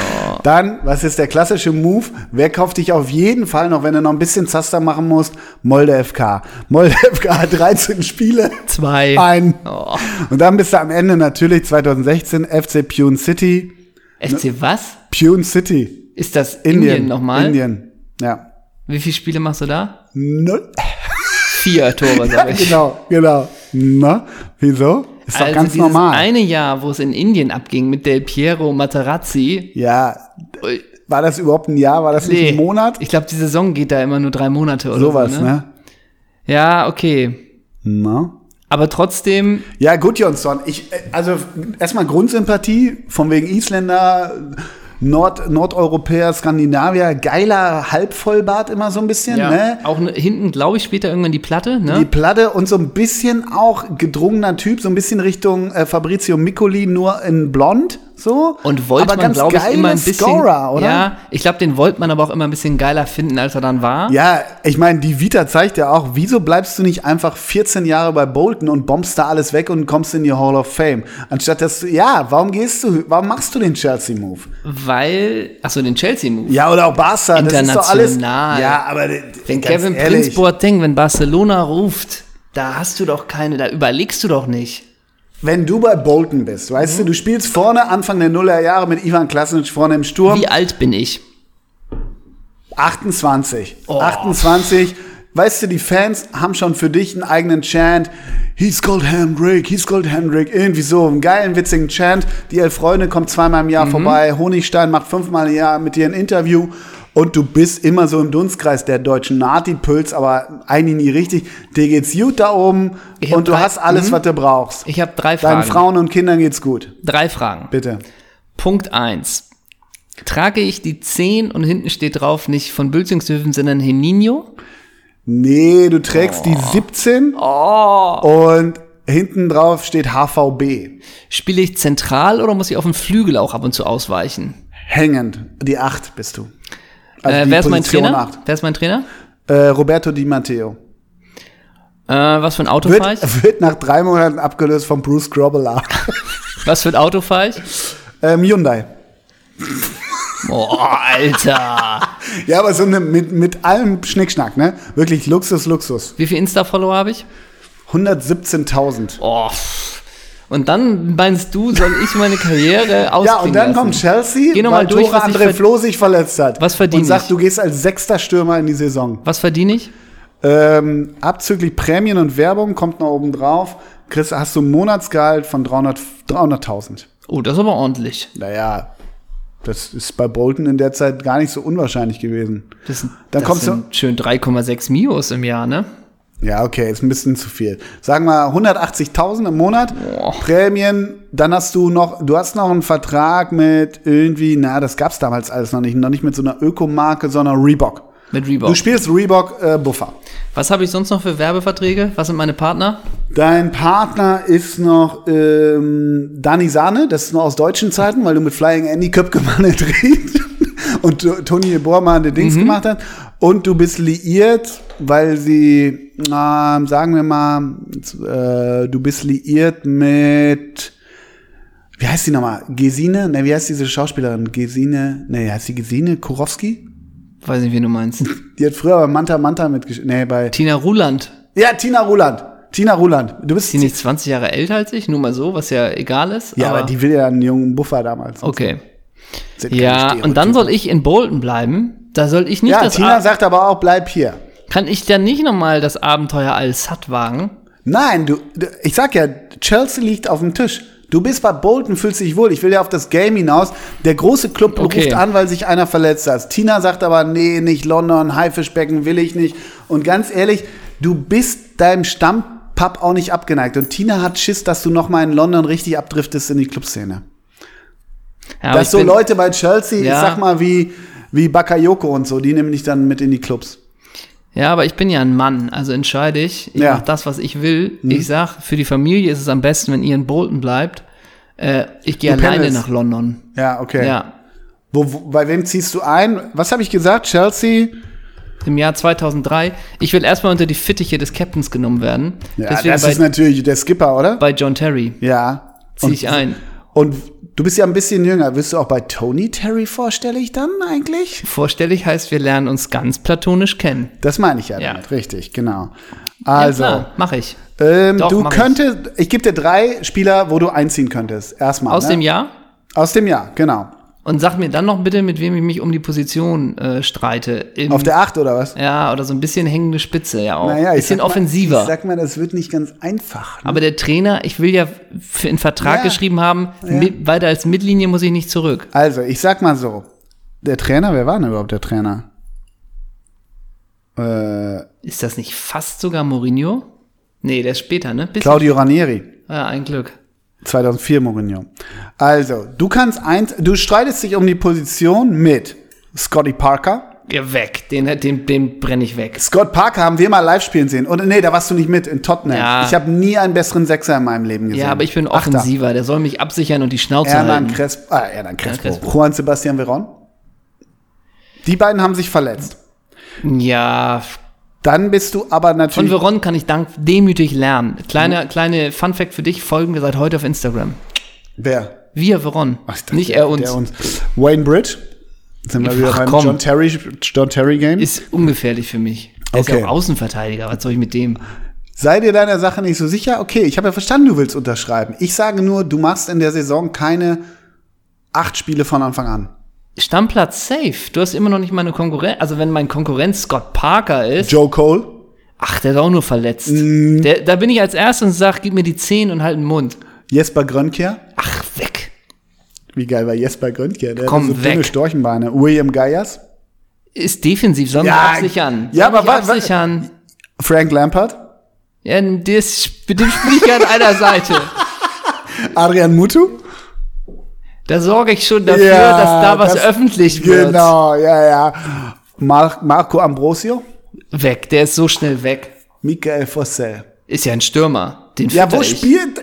Dann, was ist der klassische Move? Wer kauft dich auf jeden Fall noch, wenn du noch ein bisschen Zaster machen musst? Molde FK. Molde FK hat 13 Spiele,
Zwei.
ein.
Oh.
Und dann bist du am Ende natürlich 2016 FC Pune City.
FC was?
Pune City,
Ist das Indien,
Indien.
nochmal?
Indien, ja.
Wie viele Spiele machst du da?
Null.
Vier Tore, sag ich.
genau, genau. Na, wieso? Ist doch
also
ganz
dieses
normal.
eine Jahr, wo es in Indien abging mit Del Piero Materazzi.
ja,
Ui,
war das überhaupt ein Jahr? War das nicht ein Monat?
Ich glaube, die Saison geht da immer nur drei Monate oder
Sowas,
so.
ne?
Ja, okay.
Na?
Aber trotzdem,
Ja, gut, Jonsson. Ich, äh, also erstmal Grundsympathie von wegen Isländer, Nord, Nordeuropäer, Skandinavier, geiler Halbvollbart immer so ein bisschen,
ja,
ne?
auch ne, hinten, glaube ich, später irgendwann die Platte,
Die
ne?
Platte und so ein bisschen auch gedrungener Typ, so ein bisschen Richtung äh, Fabrizio Miccoli, nur in blond, so.
und wollte
aber
man,
ganz
glaube ich,
geile
immer ein bisschen.
Scorer, oder?
Ja, ich glaube, den wollte man aber auch immer ein bisschen geiler finden, als er dann war.
Ja, ich meine, die Vita zeigt ja auch, wieso bleibst du nicht einfach 14 Jahre bei Bolton und bombst da alles weg und kommst in die Hall of Fame? Anstatt dass du, ja, warum gehst du, warum machst du den Chelsea-Move?
Weil, ach so, den Chelsea-Move.
Ja, oder auch Barca, das ist doch alles.
International.
Ja, aber
Wenn Kevin Prince Boateng, wenn Barcelona ruft, da hast du doch keine, da überlegst du doch nicht.
wenn du bei Bolton bist, weißt
Mhm.
du, du spielst vorne Anfang der Nullerjahre mit Ivan Klasnic vorne im Sturm.
Wie alt bin ich?
28.
Oh.
28. Weißt du, die Fans haben schon für dich einen eigenen Chant. He's called Hendrick, he's called Hendrick. Irgendwie so einen geilen, witzigen Chant. Die Elf Freunde kommt zweimal im
Mhm.
Jahr vorbei. Honigstein macht fünfmal im Jahr mit dir ein Interview. Und du bist immer so im Dunstkreis der deutschen Nati-Pülz, aber eigentlich nie richtig. Dir geht's gut da oben
Ich hab
und du
drei- Mhm.
hast alles, was du brauchst.
Ich habe drei
Deinen
Fragen.
Frauen und Kindern geht's gut.
drei Fragen.
Bitte.
Punkt eins: Trage ich die 10 und hinten steht drauf nicht von Bülzingshöfen, sondern Heninho?
Nee, du trägst die
Oh.
17 und hinten drauf steht HVB.
Spiele ich zentral oder muss ich auf dem Flügel auch ab und zu ausweichen?
Hängend. Die 8 bist du. Also
äh,
die
wer, ist mein
Position
Trainer?
acht.
wer ist mein Trainer?
Äh, Roberto Di Matteo.
Äh, was für ein Auto fahre ich?
Wird, wird nach drei Monaten abgelöst von Bruce Grobbelaar.
Was für ein Auto fahre ich?
ähm, Hyundai.
Oh, Alter.
Ja, aber so eine, mit, mit allem Schnickschnack, ne? Wirklich Luxus, Luxus.
Wie viel Insta-Follower habe ich?
117.000.
Oh. pff. Und dann meinst du, soll ich meine Karriere ausklingen
Ja, und dann
lassen?
kommt Chelsea,
Geh noch mal
weil
durch,
Tore
was ich
André
verd-
Flo sich verletzt hat.
Was verdien
Und sagt,
ich?
du gehst als sechster Stürmer in die Saison.
Was verdiene ich?
Ähm, abzüglich Prämien und Werbung kommt noch oben drauf. Chris, hast du ein Monatsgehalt von 300 300.000?
Oh, das ist aber ordentlich.
naja, das ist bei Bolton in der Zeit gar nicht so unwahrscheinlich gewesen.
Das, sind-
Dann
das
kommst du-
sind schön 3,6 Mios im Jahr, ne?
Ja, okay, ist ein bisschen zu viel. Sagen wir 180.000 im Monat,
Boah.
Prämien, dann hast du noch, du hast noch einen Vertrag mit irgendwie, na, das gab's damals alles noch nicht, noch nicht mit so einer Ökomarke, sondern Reebok.
Mit Reebok.
Du spielst Reebok äh, Buffer.
Was habe ich sonst noch für Werbeverträge? Was sind meine Partner?
Dein Partner ist noch ähm, Dani Sahne, das ist noch aus deutschen Zeiten, weil du mit Flying Andy Köpke mal nicht redest und T- Toni Bormann den Dings gemacht hat. Und du bist liiert, weil sie, ähm, sagen wir mal, äh, du bist liiert mit, wie heißt die nochmal? Gesine? Ne, wie heißt diese Schauspielerin? Gesine, ne, heißt die Gesine Kurowski?
Weiß nicht, wen du meinst.
Die hat früher bei Manta Manta mitgespielt. Nee, bei.
Tina Ruland.
Ja, Tina Ruland. Tina Ruland. Du bist
Ist die nicht 20 Jahre älter als ich? Nur mal so, was ja egal ist.
Ja, aber, die will ja einen jungen Buffer damals.
Okay.
Sind keine
Oh. Ja, und dann
Stereotypen.
soll ich in Bolton bleiben. Da soll ich nicht
Ja,
das.
Tina
Ab-
sagt aber auch, bleib hier.
Kann ich dann nicht nochmal das Abenteuer Al Sadd wagen?
Nein, du, du- ich sag ja, Chelsea liegt auf dem Tisch. Du bist bei Bolton, fühlst dich wohl. Ich will ja auf das Game hinaus. Der große Club
Okay.
ruft an, weil sich einer verletzt hat. Tina sagt aber, nee, nicht London, Haifischbecken will ich nicht. Und ganz ehrlich, du bist deinem Stammpub auch nicht abgeneigt. Und Tina hat Schiss, dass du noch mal in London richtig abdriftest in die Clubszene.
Ja, aber
Dass
ich
so
bin-
Leute bei Chelsea, ich
Ja.
sag mal, wie, wie Bakayoko und so, die nehmen dich dann mit in die Clubs.
Ja, aber ich bin ja ein Mann, also entscheide ich. Ich
Ja. Mhm.
mach das, was ich will. Ich sag, für die Familie ist es am besten, wenn ihr in Bolton bleibt. Äh, ich gehe
Du
alleine
pendelst.
nach London.
Ja, okay.
Ja.
Wo, wo, bei wem ziehst du ein? Was habe ich gesagt? Chelsea?
Im Jahr 2003. Ich will erstmal unter die Fittiche des Captains genommen werden.
Ja,
Deswegen
das
bei,
ist natürlich der Skipper, oder?
bei John Terry
Ja.
ziehe ich ein.
Und du bist ja ein bisschen jünger. Wirst du auch bei Tony Terry vorstellig dann eigentlich?
Vorstellig heißt, wir lernen uns ganz platonisch kennen.
Das meine ich ja,
Ja.
damit, richtig, genau.
Ja,
Also,
klar, mach ich.
ähm,
Doch,
du
mach ich.
könntest, ich, gebe dir drei Spieler, wo du einziehen könntest. Erstmal.
Aus
ne?
dem Jahr.
Aus dem Jahr, genau.
Und sag mir dann noch bitte, mit wem ich mich um die Position äh, streite. Im,
Auf der Acht oder was?
ja, oder so ein bisschen hängende Spitze, ja auch.
Naja, ich
bisschen
sag mal-
offensiver.
Ich sag mal, das wird nicht ganz einfach. Ne?
Aber der Trainer, ich will ja für einen Vertrag
Ja.
geschrieben haben, mi- weiter als Mittellinie muss ich nicht zurück.
Also, ich sag mal so. Der Trainer, wer war denn überhaupt der Trainer? Äh,
Ist das nicht fast sogar Mourinho? Nee, der ist später, ne? Bisschen-
Claudio Ranieri,
Ja, ein Glück.
2004 Mourinho. Also, du kannst eins, du streitest dich um die Position mit Scotty Parker.
Ja, weg. Den, den, den brenne ich weg.
Scott Parker haben wir mal live spielen sehen. Und nee, da warst du nicht mit in Tottenham.
Ja.
Ich habe nie einen besseren Sechser in meinem Leben gesehen.
Ja, aber ich bin
Achter.
offensiver. Der soll mich absichern und die Schnauze
Hernan
halten.
Crespo, ah, Hernan Crespo.
Crespo.
Juan Sebastian Veron. Die beiden haben sich verletzt.
Ja,
Dann bist du aber
von
natürlich
Veron kann ich dank demütig lernen.
Mhm.
Kleiner, kleine Fun Fact für dich, folgen wir seit heute auf Instagram.
wer?
Wir Veron,
Ach, ich dachte,
nicht
der-
er uns.
Der uns. Wayne Bridge. Sind wir wieder
Ach,
beim
komm.
John Terry, John Terry Game.
Ist ungefährlich für mich. Er ist
Okay.
ja auch Außenverteidiger, was soll ich mit dem?
Sei dir deiner Sache nicht so sicher. Okay, ich habe ja verstanden, du willst unterschreiben. Ich sage nur, du machst in der Saison keine acht Spiele von Anfang an.
Stammplatz safe. Du hast immer noch nicht meine Konkurrenz. Also wenn mein Konkurrent Scott Parker ist,
Joe Cole.
ach, der ist auch nur verletzt.
Mhm.
Der, da bin ich als erstes und sag, gib mir die 10 und halt den Mund.
Jesper Grönkehr.
Ach, weg.
Wie geil war Jesper Grönkehr? Der
Komm,
hatte so dünne
weg.
Storchenbeine. William Geiers.
Ist defensiv, soll
Ja,
mich absichern.
ja,
Soll
aber
mich
wa- wa-
absichern.
Frank Lampard.
Ja, das, mit dem spiele ich ja an einer Seite.
Adrian Mutu.
Da sorge ich schon dafür,
Ja,
dass da was
das-
öffentlich wird.
Genau, ja, ja. Mar Marco Ambrosio.
Weg, der ist so schnell weg.
Michael Fossell.
Ist ja ein Stürmer. Den
Ja,
fütter
wo
ich.
spielt.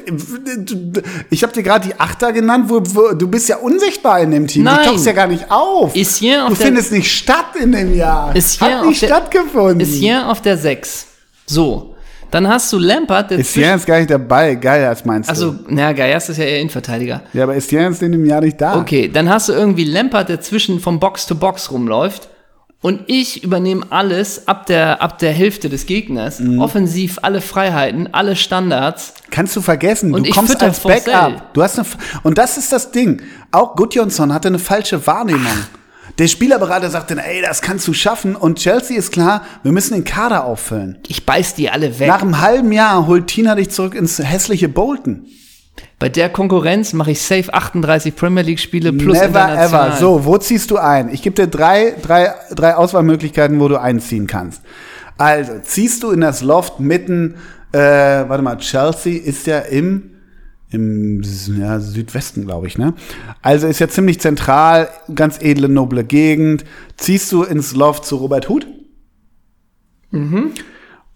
Ich habe dir gerade die Achter genannt. Wo, wo, du bist ja unsichtbar in dem Team.
Nein.
Du tauchst ja gar nicht auf.
Ist hier
du
auf der-
findest nicht statt in dem Jahr.
Ist hier
Hat nicht
auf der-
stattgefunden.
Ist hier auf der 6. So. Dann hast du Lampard, der
Ist Jens gar nicht dabei. Geil, als meinst
Also,
du.
na, Geist ist ja eher Innenverteidiger.
Ja, aber ist Jens in dem Jahr nicht da?
Okay, dann hast du irgendwie Lampard, der zwischen vom Box zu Box rumläuft. Und ich übernehme alles ab der, ab der Hälfte des Gegners.
Mm.
Offensiv alle Freiheiten, alle Standards.
Kannst du vergessen,
Und
du
ich
kommst
fütter
als
Fossell.
Backup. Du hast eine, F- und das ist das Ding. Auch Gudjonsson hatte eine falsche Wahrnehmung. Der Spielerberater sagt dann, ey, das kannst du schaffen. Und Chelsea ist klar, wir müssen den Kader auffüllen.
Ich beiß die alle weg.
Nach einem halben Jahr holt Tina dich zurück ins hässliche Bolton.
Bei der Konkurrenz mache ich safe 38 Premier League Spiele plus
Never
international.
ever. So, wo ziehst du ein? Ich gebe dir drei, drei, drei Auswahlmöglichkeiten, wo du einziehen kannst. Also, ziehst du in das Loft mitten, äh, warte mal, Chelsea ist ja im, im S- ja, Südwesten, glaube ich, ne? Also ist ja ziemlich zentral, ganz edle, noble Gegend. Ziehst du ins Loft zu Robert Huth?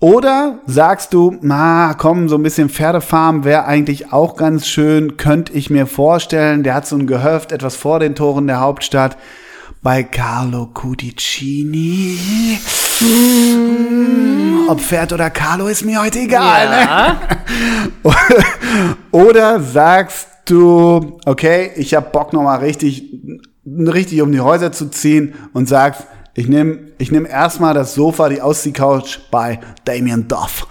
Oder sagst du, na komm, so ein bisschen Pferdefarm wäre eigentlich auch ganz schön, könnte ich mir vorstellen. Der hat so ein Gehöft etwas vor den Toren der Hauptstadt. Bei Carlo Cudicini. Hm, Ob Pferd oder Carlo ist mir heute egal. Ne?
Ja.
Oder sagst du, okay, ich hab Bock nochmal richtig, richtig um die Häuser zu ziehen und sagst, ich nehme ich nehm erstmal das Sofa, die Ausziehcouch bei Damien Duff.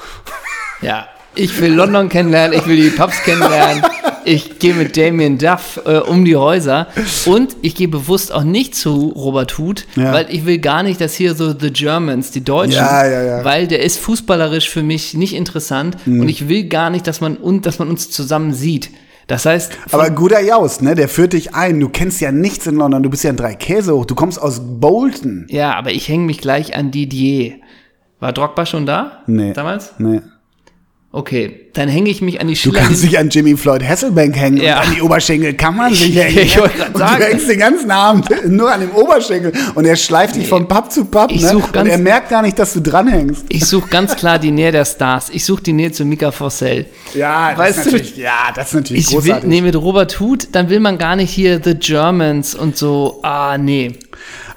ja. Ich will London kennenlernen, ich will die Pubs kennenlernen. Ich gehe mit Damien Duff äh, um die Häuser. Und ich gehe bewusst auch nicht zu Robert Huth,
Ja.
weil ich will gar nicht, dass hier so The Germans, die Deutschen,
Ja, ja, ja. Mhm.
weil der ist fußballerisch für mich nicht interessant und ich will gar nicht, dass man, und, dass man uns zusammen sieht. Das heißt, von-
Aber guter Jaust, ne? Der führt dich ein. Du kennst ja nichts in London. Du bist ja in drei Käse hoch. Du kommst aus Bolton.
ja, aber ich hänge mich gleich an Didier. War Drogba schon da?
Nee.
Damals?
Nee.
Okay, dann hänge ich mich an die
Ne. Du
Schiller.
kannst dich an Jimmy Floyd Hasselbank hängen
Ja.
und an die Oberschenkel kann man sich hängen. ne?
Ich wollte gerade
und
sagen.
du hängst den ganzen Abend nur an dem Oberschenkel und er schleift dich von Papp zu Papp.
Ich
ne?
such ganz-
und er merkt gar nicht, dass du dranhängst.
ich suche ganz klar die Nähe der Stars. Ich suche die Nähe zu Mika Forcell.
Ja, das
Weißt
ist
du,
natürlich, ja, das ist natürlich
Ich will,
großartig.
nee, mit Robert Huth, dann will man gar nicht hier The Germans und so. Ah, nee.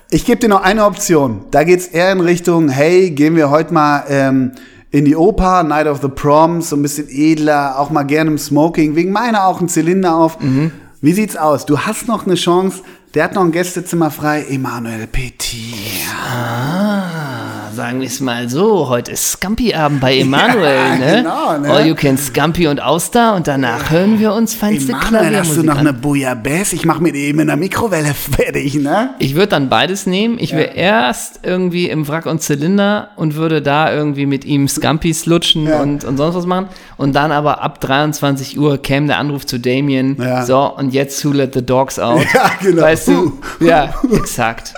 Ich gebe dir noch eine Option. Da geht's eher in Richtung, hey, gehen wir heute mal ähm, in die Oper, Night of the Proms, so ein bisschen edler, auch mal gerne im Smoking, wegen meiner auch ein Zylinder auf.
Mhm.
Wie sieht's aus? Du hast noch eine Chance. Der hat noch ein Gästezimmer frei, Emmanuel Petit.
Ah, sagen wir es mal so. Heute ist Scampi-Abend bei Emanuel,
Ja,
ne?
genau, ne?
All you can Scampi und Auster und danach hören wir uns feinste
Emanuel, hast du
Klaviermusik
noch
an.
eine Bouillabaisse? Ich mach mir die eben in der Mikrowelle fertig, ne?
Ich würde dann beides nehmen. Ich wäre erst irgendwie im Wrack und Zylinder und würde da irgendwie mit ihm Scampis lutschen
Ja.
und, und sonst was machen. Und dann aber ab 23 Uhr käme der Anruf zu Damien.
Ja.
So, und jetzt who let the dogs out.
Ja, genau.
Weißt
Huh.
du? Ja, exakt.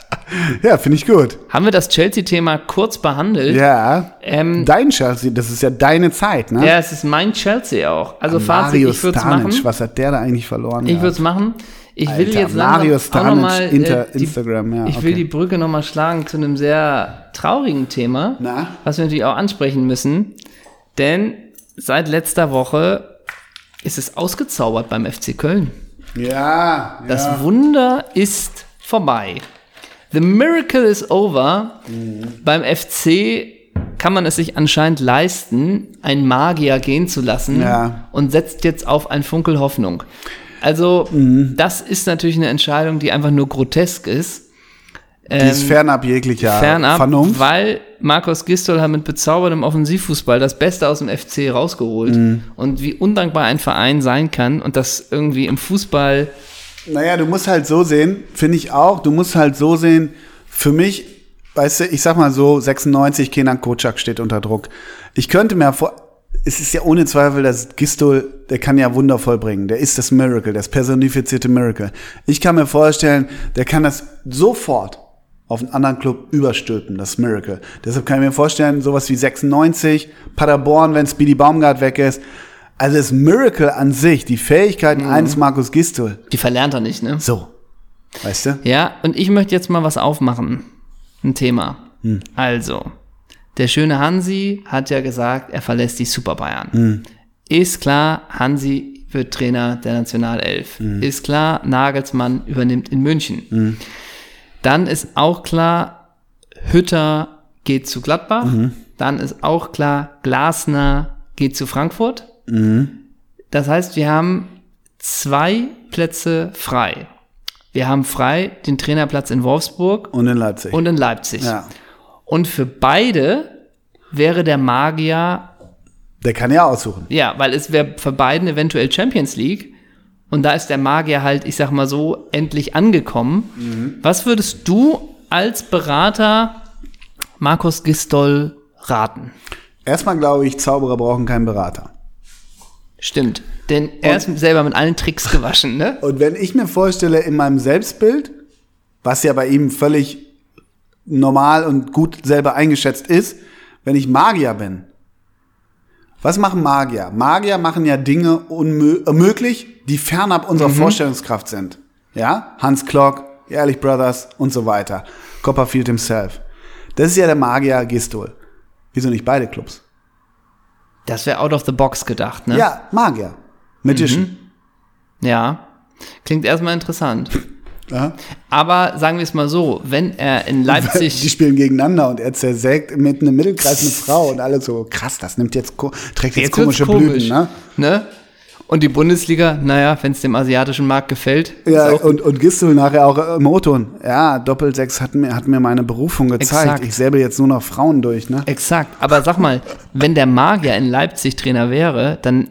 Ja, finde ich gut.
Haben wir das Chelsea-Thema kurz behandelt?
Ja. Mhm.
Ähm,
Dein Chelsea, das ist ja deine Zeit, ne?
ja, es ist mein Chelsea auch. Also Fazit,
Mario
ich würde es
Stanic,
machen.
was hat der da eigentlich verloren?
Ich
Ja.
würde es machen. Ich will
Alter,
jetzt
Mario
langsam auch noch
Stanic,
mal, äh,
Inter-
die,
Instagram, ja,
Ich
Ah, okay.
will die Brücke nochmal schlagen zu einem sehr traurigen Thema,
Na?
was wir natürlich auch ansprechen müssen. Denn seit letzter Woche ist es ausgezaubert beim FC Köln.
Ja,
Das
ja.
Wunder ist vorbei. The miracle is over.
Mhm.
Beim FC kann man es sich anscheinend leisten, einen Magier gehen zu lassen
Ja.
und setzt jetzt auf ein Funkel Hoffnung. Also,
Mhm.
das ist natürlich eine Entscheidung, die einfach nur grotesk ist. Ähm,
Die ist fernab jeglicher
Fernab,
Vernunft.
weil Markus Gistol hat mit bezauberndem Offensivfußball das Beste aus dem FC rausgeholt und wie undankbar ein Verein sein kann und das irgendwie im Fußball
Naja, du musst halt so sehen, finde ich auch, du musst halt so sehen, für mich, weißt du, ich sag mal so, 96, Kenan Kocak steht unter Druck. Ich könnte mir vor, es ist ja ohne Zweifel, dass Gistol, der kann ja Wunder vollbringen, der ist das Miracle, das personifizierte Miracle. Ich kann mir vorstellen, der kann das sofort auf einen anderen Club überstülpen, das Miracle. Deshalb kann ich mir vorstellen, sowas wie 96, Paderborn, wenn Speedy Baumgart weg ist. Also das Miracle an sich, die Fähigkeiten eines Markus Gistol,
Die verlernt er nicht, ne?
so. Weißt du?
Ja, und ich möchte jetzt mal was aufmachen. Ein Thema. Also, der schöne Hansi hat ja gesagt, er verlässt die Super Bayern. Ist klar, Hansi wird Trainer der Nationalelf. Ist klar, Nagelsmann übernimmt in München. Dann ist auch klar, Hütter geht zu Gladbach. Dann ist auch klar, Glasner geht zu Frankfurt. Das heißt, wir haben zwei Plätze frei. Wir haben frei den Trainerplatz in Wolfsburg
Und in Leipzig.
und in Leipzig.
ja.
Und für beide wäre der Magier,
Der kann ja aussuchen.
ja, weil es wäre für beiden eventuell Champions League. Und da ist der Magier halt, ich sag mal so, endlich angekommen.
Mhm.
Was würdest du als Berater Markus Gistol raten?
Erstmal glaube ich, Zauberer brauchen keinen Berater.
Stimmt. Denn er ist selber mit allen Tricks gewaschen, ne?
Und wenn ich mir vorstelle, in meinem Selbstbild, was ja bei ihm völlig normal und gut selber eingeschätzt ist, wenn ich Magier bin. Was machen Magier? Magier machen ja Dinge unmö- äh, möglich, die fernab unserer Vorstellungskraft sind. Ja? Hans Klock, Ehrlich Brothers und so weiter. Copperfield himself. Das ist ja der Magier Gistol. Wieso nicht beide Clubs?
Das wäre out of the box gedacht, ne?
Ja, Mhm. Magier. Magician.
Ja. Klingt erstmal interessant.
Aha.
Aber sagen wir es mal so, wenn er in
Die
Leipzig.
spielen gegeneinander und er zersägt mitten im Mittelkreis eine Frau und alle so, krass, das nimmt jetzt, ko- trägt jetzt,
wird's
komische Blüten, ne?
ne? Und die Bundesliga, naja, wenn es dem asiatischen Markt gefällt. ist
Ja,
auch-
und, und Gistel nachher auch im O-Ton. Ja, Doppelsechs hat mir, hat mir meine Berufung gezeigt.
Exakt.
Ich säbel jetzt nur noch Frauen durch, ne?
exakt. Aber sag mal, wenn der Magier in Leipzig Trainer wäre, dann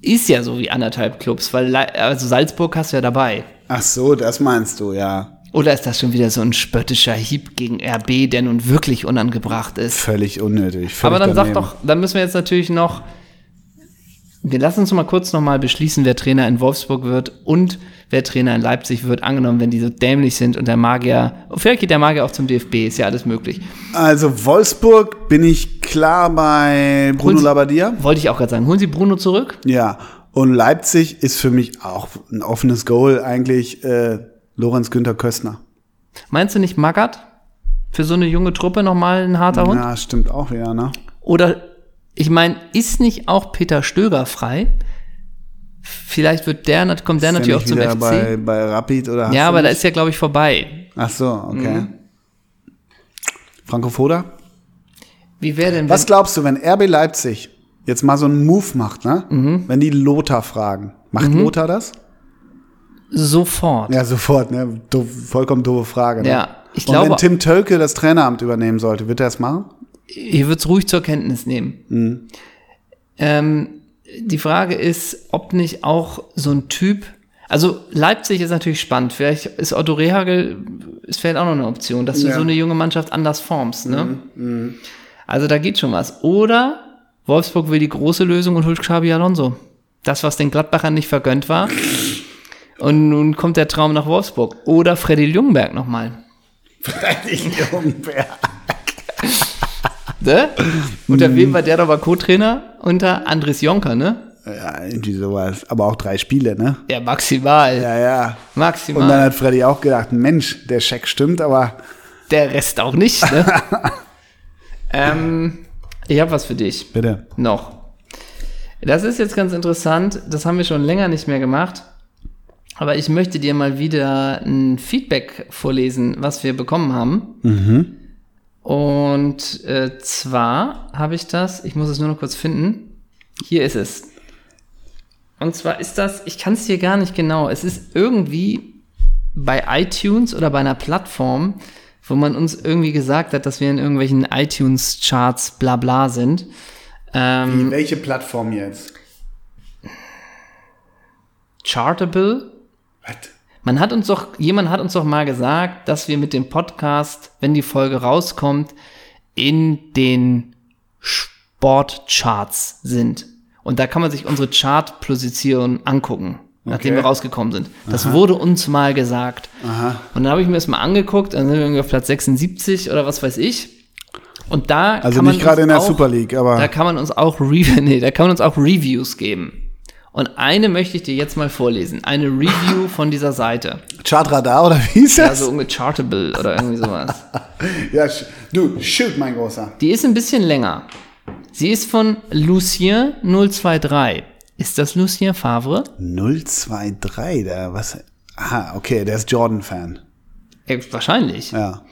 ist ja so wie anderthalb Clubs, weil Lei- also Salzburg hast du ja dabei.
Ach so, das meinst du, ja.
Oder ist das schon wieder so ein spöttischer Hieb gegen RB, der nun wirklich unangebracht ist?
Völlig unnötig. Völlig
Aber dann sag
daneben.
doch, dann müssen wir jetzt natürlich noch Wir lassen uns mal kurz nochmal beschließen, wer Trainer in Wolfsburg wird und wer Trainer in Leipzig wird, angenommen, wenn die so dämlich sind und der Magier, vielleicht geht der Magier auch zum DFB, ist ja alles möglich.
Also Wolfsburg bin ich klar bei Bruno
Holen Sie-
Labbadia.
Wollte ich auch gerade sagen, holen Sie Bruno zurück?
Ja. Und Leipzig ist für mich auch ein offenes Goal eigentlich äh, Lorenz Günther Köstner.
Meinst du nicht Magath? Für so eine junge Truppe nochmal ein harter Hund?
Ja, stimmt auch wieder, ne?
Oder, ich meine, ist nicht auch Peter Stöger frei? Vielleicht wird der, nat- kommt der
Ist der
natürlich auch
nicht
zum
wieder
FC.
Bei, bei Rapid oder hast
ja,
du
aber da
nicht?
ist Mhm. ja, glaube ich, vorbei.
Ach so, okay. Franco Foda?
Wie wäre denn,
Was
wenn,
glaubst du, wenn RB Leipzig jetzt mal so einen Move macht, ne?
Mhm.
Wenn die Lothar fragen. Macht Lothar das?
sofort?
Ja, sofort, ne? Do vollkommen doofe Frage. Ne?
Ja, ich
Und
glaube-
wenn Tim Tölke das Traineramt übernehmen sollte, wird er es machen?
ich würde es ruhig zur Kenntnis nehmen. Ähm, die Frage ist, ob nicht auch so ein Typ, also Leipzig ist natürlich spannend, vielleicht ist Otto Rehagel, ist vielleicht auch noch eine Option, dass du
Ja.
so eine junge Mannschaft anders formst. Ne? Also da geht schon was. Oder Wolfsburg will die große Lösung und holt Xabi Alonso. Das, was den Gladbachern nicht vergönnt war. Und nun kommt der Traum nach Wolfsburg. Oder Freddy Ljungberg nochmal. Ne? Unter
Mhm.
wem war der da mal Co-Trainer? Unter Andres Jonker, ne?
ja, irgendwie sowas. Aber auch drei Spiele, ne?
Ja, maximal.
Ja, ja. Und
Maximal.
dann hat Freddy auch gedacht, Mensch, der Scheck stimmt, aber
der Rest auch nicht, ne? ähm, ich habe was für dich.
bitte.
Noch. Das ist jetzt ganz interessant. Das haben wir schon länger nicht mehr gemacht. Aber ich möchte dir mal wieder ein Feedback vorlesen, was wir bekommen haben. Und äh, zwar habe ich das, ich muss es nur noch kurz finden. Hier ist es. Und zwar ist das, ich kann es dir gar nicht genau, es ist irgendwie bei iTunes oder bei einer Plattform, wo man uns irgendwie gesagt hat, dass wir in irgendwelchen iTunes-Charts bla bla sind. Ähm,
Welche Plattform jetzt?
Chartable.
Was?
Man hat uns doch, jemand hat uns doch mal gesagt, dass wir mit dem Podcast, wenn die Folge rauskommt, in den Sportcharts sind. Und da kann man sich unsere Chartposition angucken, nachdem
Okay.
wir rausgekommen sind. Das wurde uns mal gesagt. Und dann habe ich mir das mal angeguckt, dann sind wir irgendwie auf Platz 76 oder was weiß ich. Und da
Also
kann man
nicht gerade
uns
in der
auch-
Super League,
da
aber
kann man uns auch Review, nee, da kann man uns auch Reviews geben. Und eine möchte ich dir jetzt mal vorlesen. Eine Review von dieser Seite.
Chartradar oder wie ist das?
Also ungechartable oder irgendwie sowas.
ja, sch- du, shoot, mein Großer.
Die ist ein bisschen länger. Sie ist von Lucien 023. Ist das Lucien Favre?
023, da was? Aha, okay, der ist Jordan-Fan.
Ja, Äh, wahrscheinlich.
Ja.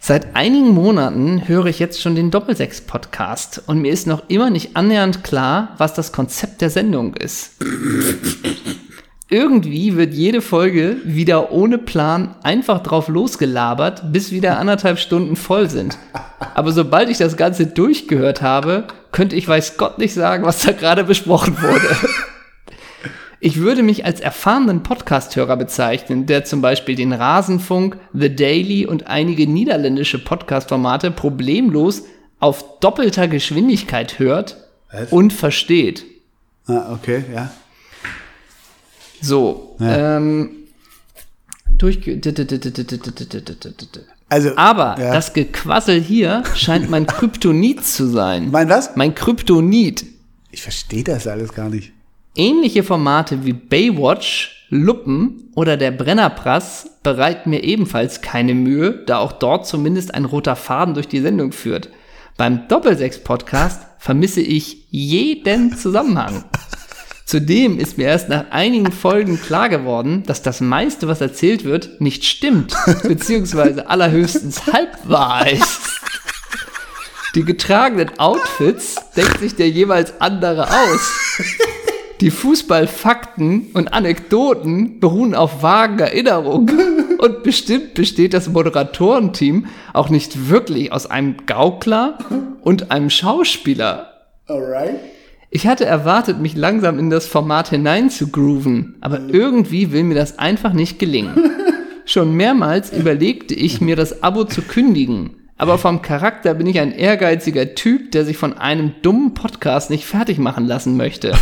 Seit einigen Monaten höre ich jetzt schon den Doppelsechs-Podcast und mir ist noch immer nicht annähernd klar, was das Konzept der Sendung ist. Irgendwie wird jede Folge wieder ohne Plan einfach drauf losgelabert, bis wieder anderthalb Stunden voll sind. Aber sobald ich das Ganze durchgehört habe, könnte ich weiß Gott nicht sagen, was da gerade besprochen wurde. Ich würde mich als erfahrenen Podcasthörer bezeichnen, der zum Beispiel den Rasenfunk, The Daily und einige niederländische Podcast-Formate problemlos auf doppelter Geschwindigkeit hört
Was?
und versteht.
Ah, okay, ja.
So, ähm, durchge...
Also,
Aber
ja.
das Gequassel hier scheint mein Kryptonit zu sein.
Mein was?
Mein Kryptonit.
Ich verstehe das alles gar nicht.
Ähnliche Formate wie Baywatch, Luppen oder der Brennerprass bereiten mir ebenfalls keine Mühe, da auch dort zumindest ein roter Faden durch die Sendung führt. Beim Doppelsechs-Podcast vermisse ich jeden Zusammenhang. Zudem ist mir erst nach einigen Folgen klar geworden, dass das meiste, was erzählt wird, nicht stimmt, beziehungsweise allerhöchstens halb wahr ist. Die getragenen Outfits denkt sich der jeweils andere aus. Die Fußballfakten und Anekdoten beruhen auf vagen Erinnerungen. Und bestimmt besteht das Moderatorenteam auch nicht wirklich aus einem Gaukler und einem Schauspieler.
Alright.
Ich hatte erwartet, mich langsam in das Format hineinzugrooven, aber irgendwie will mir das einfach nicht gelingen. Schon mehrmals überlegte ich, mir das Abo zu kündigen, Aber vom Charakter bin ich ein ehrgeiziger Typ, der sich von einem dummen Podcast nicht fertig machen lassen möchte.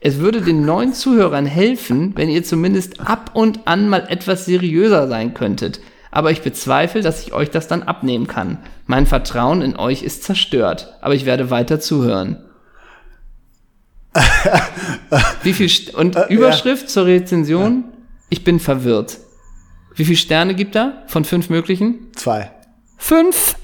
Es würde den neuen Zuhörern helfen, wenn ihr zumindest ab und an mal etwas seriöser sein könntet. Aber ich bezweifle, dass ich euch das dann abnehmen kann. Mein Vertrauen in euch ist zerstört, aber ich werde weiter zuhören. Wie viel St
Äh,
und Überschrift zur Rezension? Ich bin verwirrt. Wie viele Sterne gibt da von fünf möglichen?
Zwei.
Fünf!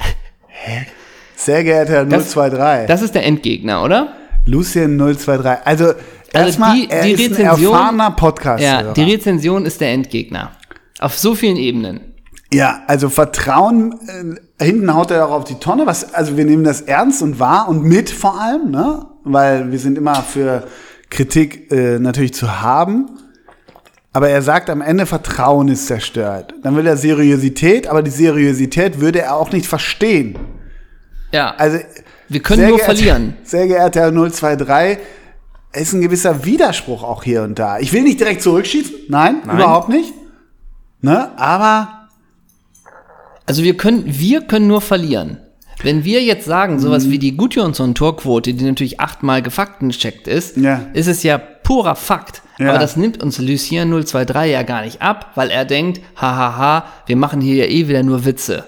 Sehr geehrter Herr
Das-
023.
Das ist der Endgegner, oder?
Lucien 023. Also, erstmal,
die-
er
die
ist ein
Rezension-
erfahrener podcast
Ja, die Rezension ist der Endgegner. Auf so vielen Ebenen.
Ja, also Vertrauen, äh, hinten haut er auch auf die Tonne. Was, also wir nehmen das ernst und wahr und mit vor allem, ne? Weil wir sind immer für Kritik äh, natürlich zu haben. Aber er sagt am Ende, Vertrauen ist zerstört. Dann will er Seriosität, aber die Seriosität würde er auch nicht verstehen.
Ja,
Also
wir können
sehr
nur
geehrter-
verlieren.
Sehr geehrter Herr 023, ist ein gewisser Widerspruch auch hier und da. Ich will nicht direkt zurückschießen, nein,
Nein.
überhaupt nicht. Ne? Aber
Also wir können, wir können nur verlieren. Wenn wir jetzt sagen, sowas
Mhm.
wie die Gudjonsson-Torquote, die natürlich achtmal gefaktencheckt ist,
Ja.
ist es ja purer Fakt.
Ja.
Aber das nimmt uns Lucien 023 ja gar nicht ab, weil er denkt, hahaha, wir machen hier ja eh wieder nur Witze.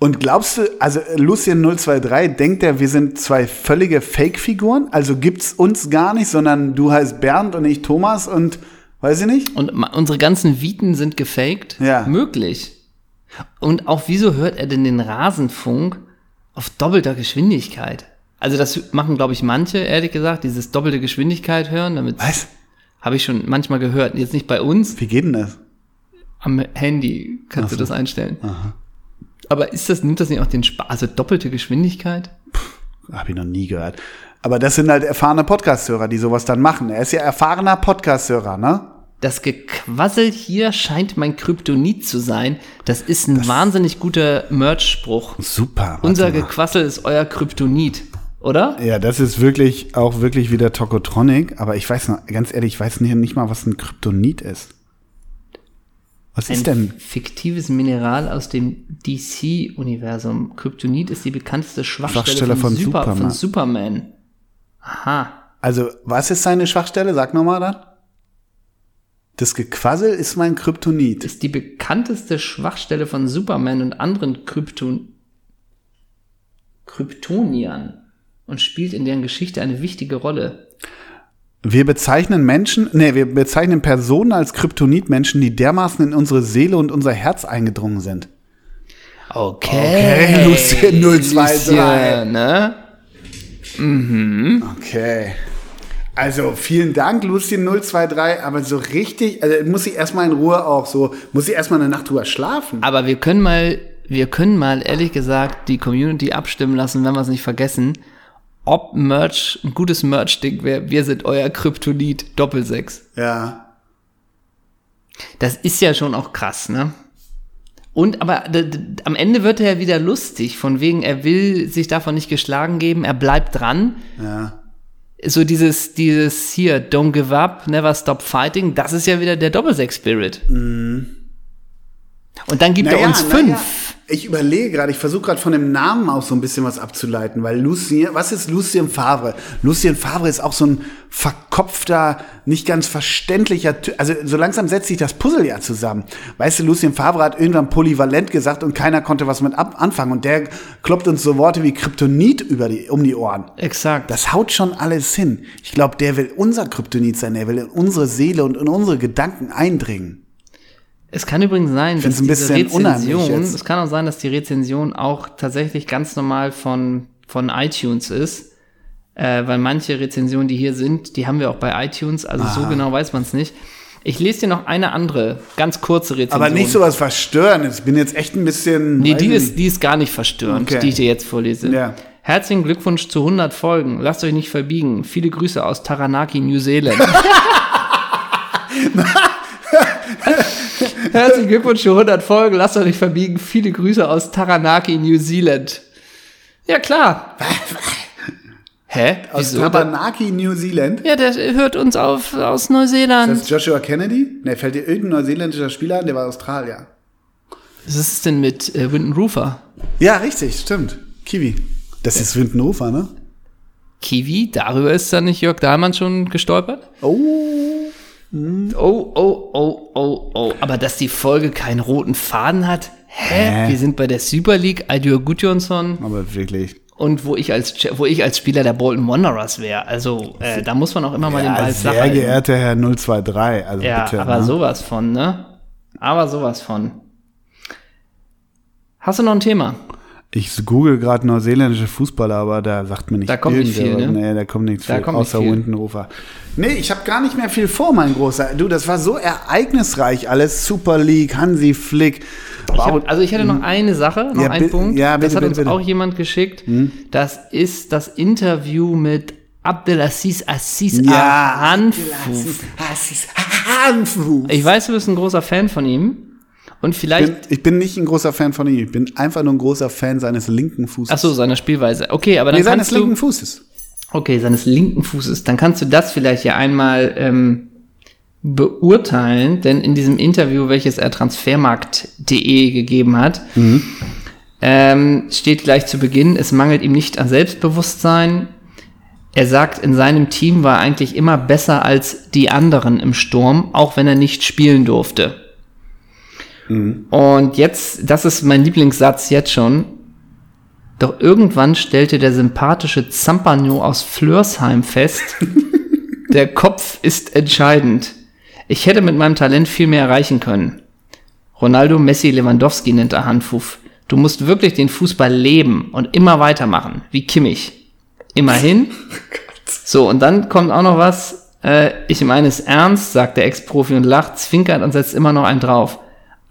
Und glaubst du, also äh, Lucien 023 denkt er, wir sind zwei völlige Fake-Figuren? Also gibt's uns gar nicht, sondern du heißt Bernd und ich Thomas und weiß ich nicht?
Und ma- unsere ganzen Viten sind gefaked?
Ja.
Möglich. Und auch wieso hört er denn den Rasenfunk auf doppelter Geschwindigkeit? Also das machen, glaube ich, manche, ehrlich gesagt, dieses doppelte Geschwindigkeit hören, damit
Was?
habe ich schon manchmal gehört. Jetzt nicht bei uns,
Wie geht denn das?
am Handy kannst du das einstellen. Aber ist das, nimmt das nicht auch den Spaß? Also doppelte Geschwindigkeit?
Hab ich noch nie gehört. Aber das sind halt erfahrene Podcast-Hörer, die sowas dann machen. Er ist ja erfahrener Podcast-Hörer, ne?
Das Gequassel hier scheint mein Kryptonit zu sein. Das ist ein wahnsinnig guter Merch-Spruch.
Super.
Unser Gequassel ist euer Kryptonit, oder?
ja, das ist wirklich auch wirklich wieder Tokotronic, aber ich weiß noch, ganz ehrlich, ich weiß nicht, nicht mal, was ein Kryptonit ist. Was
Ein
ist denn?
fiktives Mineral aus dem DC-Universum. Kryptonit ist die bekannteste Schwachstelle,
Schwachstelle von Superman.
von Superman. Aha.
Also, was ist seine Schwachstelle? Sag nochmal dann. Das Gequassel ist mein Kryptonit.
Ist die bekannteste Schwachstelle von Superman und anderen Krypton Kryptoniern und spielt in deren Geschichte eine wichtige Rolle.
Wir bezeichnen Menschen, nee, wir bezeichnen Personen als Kryptonitmenschen, die dermaßen in unsere Seele und unser Herz eingedrungen sind.
Okay.
Okay, Lucien 023.
Lucien, ne?
Okay. Also, vielen Dank, Lucien023, aber so richtig, also muss ich erstmal in Ruhe auch so, muss ich erstmal eine Nacht drüber schlafen.
Aber wir können mal, wir können mal ehrlich gesagt die Community abstimmen lassen, wenn wir es nicht vergessen, ob Merch ein gutes Merch-Ding wäre. Wir sind euer Kryptonit Doppelsechs.
Ja.
Das ist ja schon auch krass, ne? Und aber d- d- am Ende wird er ja wieder lustig, von wegen, er will sich davon nicht geschlagen geben, er bleibt dran.
Ja.
So dieses, dieses hier, don't give up, never stop fighting, das ist ja wieder der Doppelsechs-Spirit. Und dann gibt er uns
naja,
fünf.
Ich überlege gerade, ich versuche gerade von dem Namen auch so ein bisschen was abzuleiten, weil Lucien, was ist Lucien Favre? Lucien Favre ist auch so ein verkopfter, nicht ganz verständlicher Typ. Also so langsam setzt sich das Puzzle ja zusammen. Weißt du, Lucien Favre hat irgendwann polyvalent gesagt und keiner konnte was mit ab anfangen. Und der kloppt uns so Worte wie Kryptonit über die, um die Ohren.
Exakt.
Das haut schon alles hin. Ich glaube, der will unser Kryptonit sein, der will in unsere Seele und in unsere Gedanken eindringen.
Es kann übrigens sein, dass
find's
diese
ein bisschen unheimlich
Rezension,
jetzt.
es kann auch sein, dass die Rezension auch tatsächlich ganz normal von, von iTunes ist, äh, weil manche Rezensionen, die hier sind, die haben wir auch bei iTunes, also so genau weiß man es nicht. Ich lese dir noch eine andere, ganz kurze Rezension.
Aber nicht so was Verstörendes. Ich bin jetzt echt ein bisschen.
Nee,
weiß
die
ich
ist, die ist gar nicht verstörend,
Okay.
die ich dir jetzt vorlese.
Ja.
Herzlichen Glückwunsch zu 100 Folgen. Lasst euch nicht verbiegen. Viele Grüße aus Taranaki, New Zealand. Herzlichen Glückwunsch zu 100 Folgen. Lasst euch nicht verbiegen. Viele Grüße aus Taranaki, New Zealand. Ja, klar. Hä?
Aus
Wieso?
Tabanaki, New Zealand.
Ja, der hört uns auf aus Neuseeland.
Das ist Joshua Kennedy. Ne, fällt dir irgendein neuseeländischer Spieler an? Der war Australier.
Was ist denn mit äh, Winton Rufer?
Ja, richtig, stimmt. Kiwi. Das ist Windenhofer, ne?
Kiwi? Darüber ist dann nicht Jörg Dahlmann schon gestolpert?
Oh.
Oh, oh, oh, oh, oh. Aber dass die Folge keinen roten Faden hat? Hä?
Hä?
Wir sind bei der Super League, Adur Gudjonsson
Aber wirklich.
und wo ich als wo ich als Spieler der Bolton Wanderers wäre. Also äh, da muss man auch immer mal den
Ja,
Ball flach
sehr
halten.
geehrter Herr 023, also
Ja,
bitte.
aber
ne?
sowas von, ne? Aber sowas von. Hast du noch ein Thema?
Ich google gerade neuseeländische Fußballer, aber da sagt mir nicht
Da kommt nicht
irgendwer
viel,
was.
ne?
Nee, da kommt nichts
Da
viel,
kommt nicht
außer
viel.
Windenhofer. Nee, ich habe gar nicht mehr viel vor, mein Großer. Du, das war so ereignisreich alles. Super League, Hansi Flick.
Ich
Wow. Hm.
hab, also ich hätte noch eine Sache, noch
Ja,
einen
bi-
Punkt.
ja, bitte,
das hat
bitte,
uns
bitte. Hm?
auch jemand geschickt. Das ist das Interview mit Abdelaziz Assis
Ja,
Ahanfuf. Ich weiß, du bist ein großer Fan von ihm. Und
Ich bin,
vielleicht,
ich bin nicht ein großer Fan von ihm. Ich bin einfach nur ein großer Fan seines linken Fußes.
ach so, seiner Spielweise. Okay, aber dann
nee, seines
kannst du,
linken Fußes.
okay, seines linken Fußes. Dann kannst du das vielleicht ja einmal ähm, beurteilen, denn in diesem Interview, welches er transfermarkt.de gegeben hat, ähm, steht gleich zu Beginn, es mangelt ihm nicht an Selbstbewusstsein. Er sagt, in seinem Team war er eigentlich immer besser als die anderen im Sturm, auch wenn er nicht spielen durfte. Und jetzt, das ist mein Lieblingssatz jetzt schon. Doch irgendwann stellte der sympathische Zampano aus Flörsheim fest, der Kopf ist entscheidend. Ich hätte mit meinem Talent viel mehr erreichen können. Ronaldo, Messi, Lewandowski nennt er Hanfuf. Du musst wirklich den Fußball leben und immer weitermachen, wie Kimmich. Immerhin. So, und dann kommt auch noch was. Äh, ich meine es ernst, sagt der Ex-Profi und lacht, zwinkert und setzt immer noch einen drauf.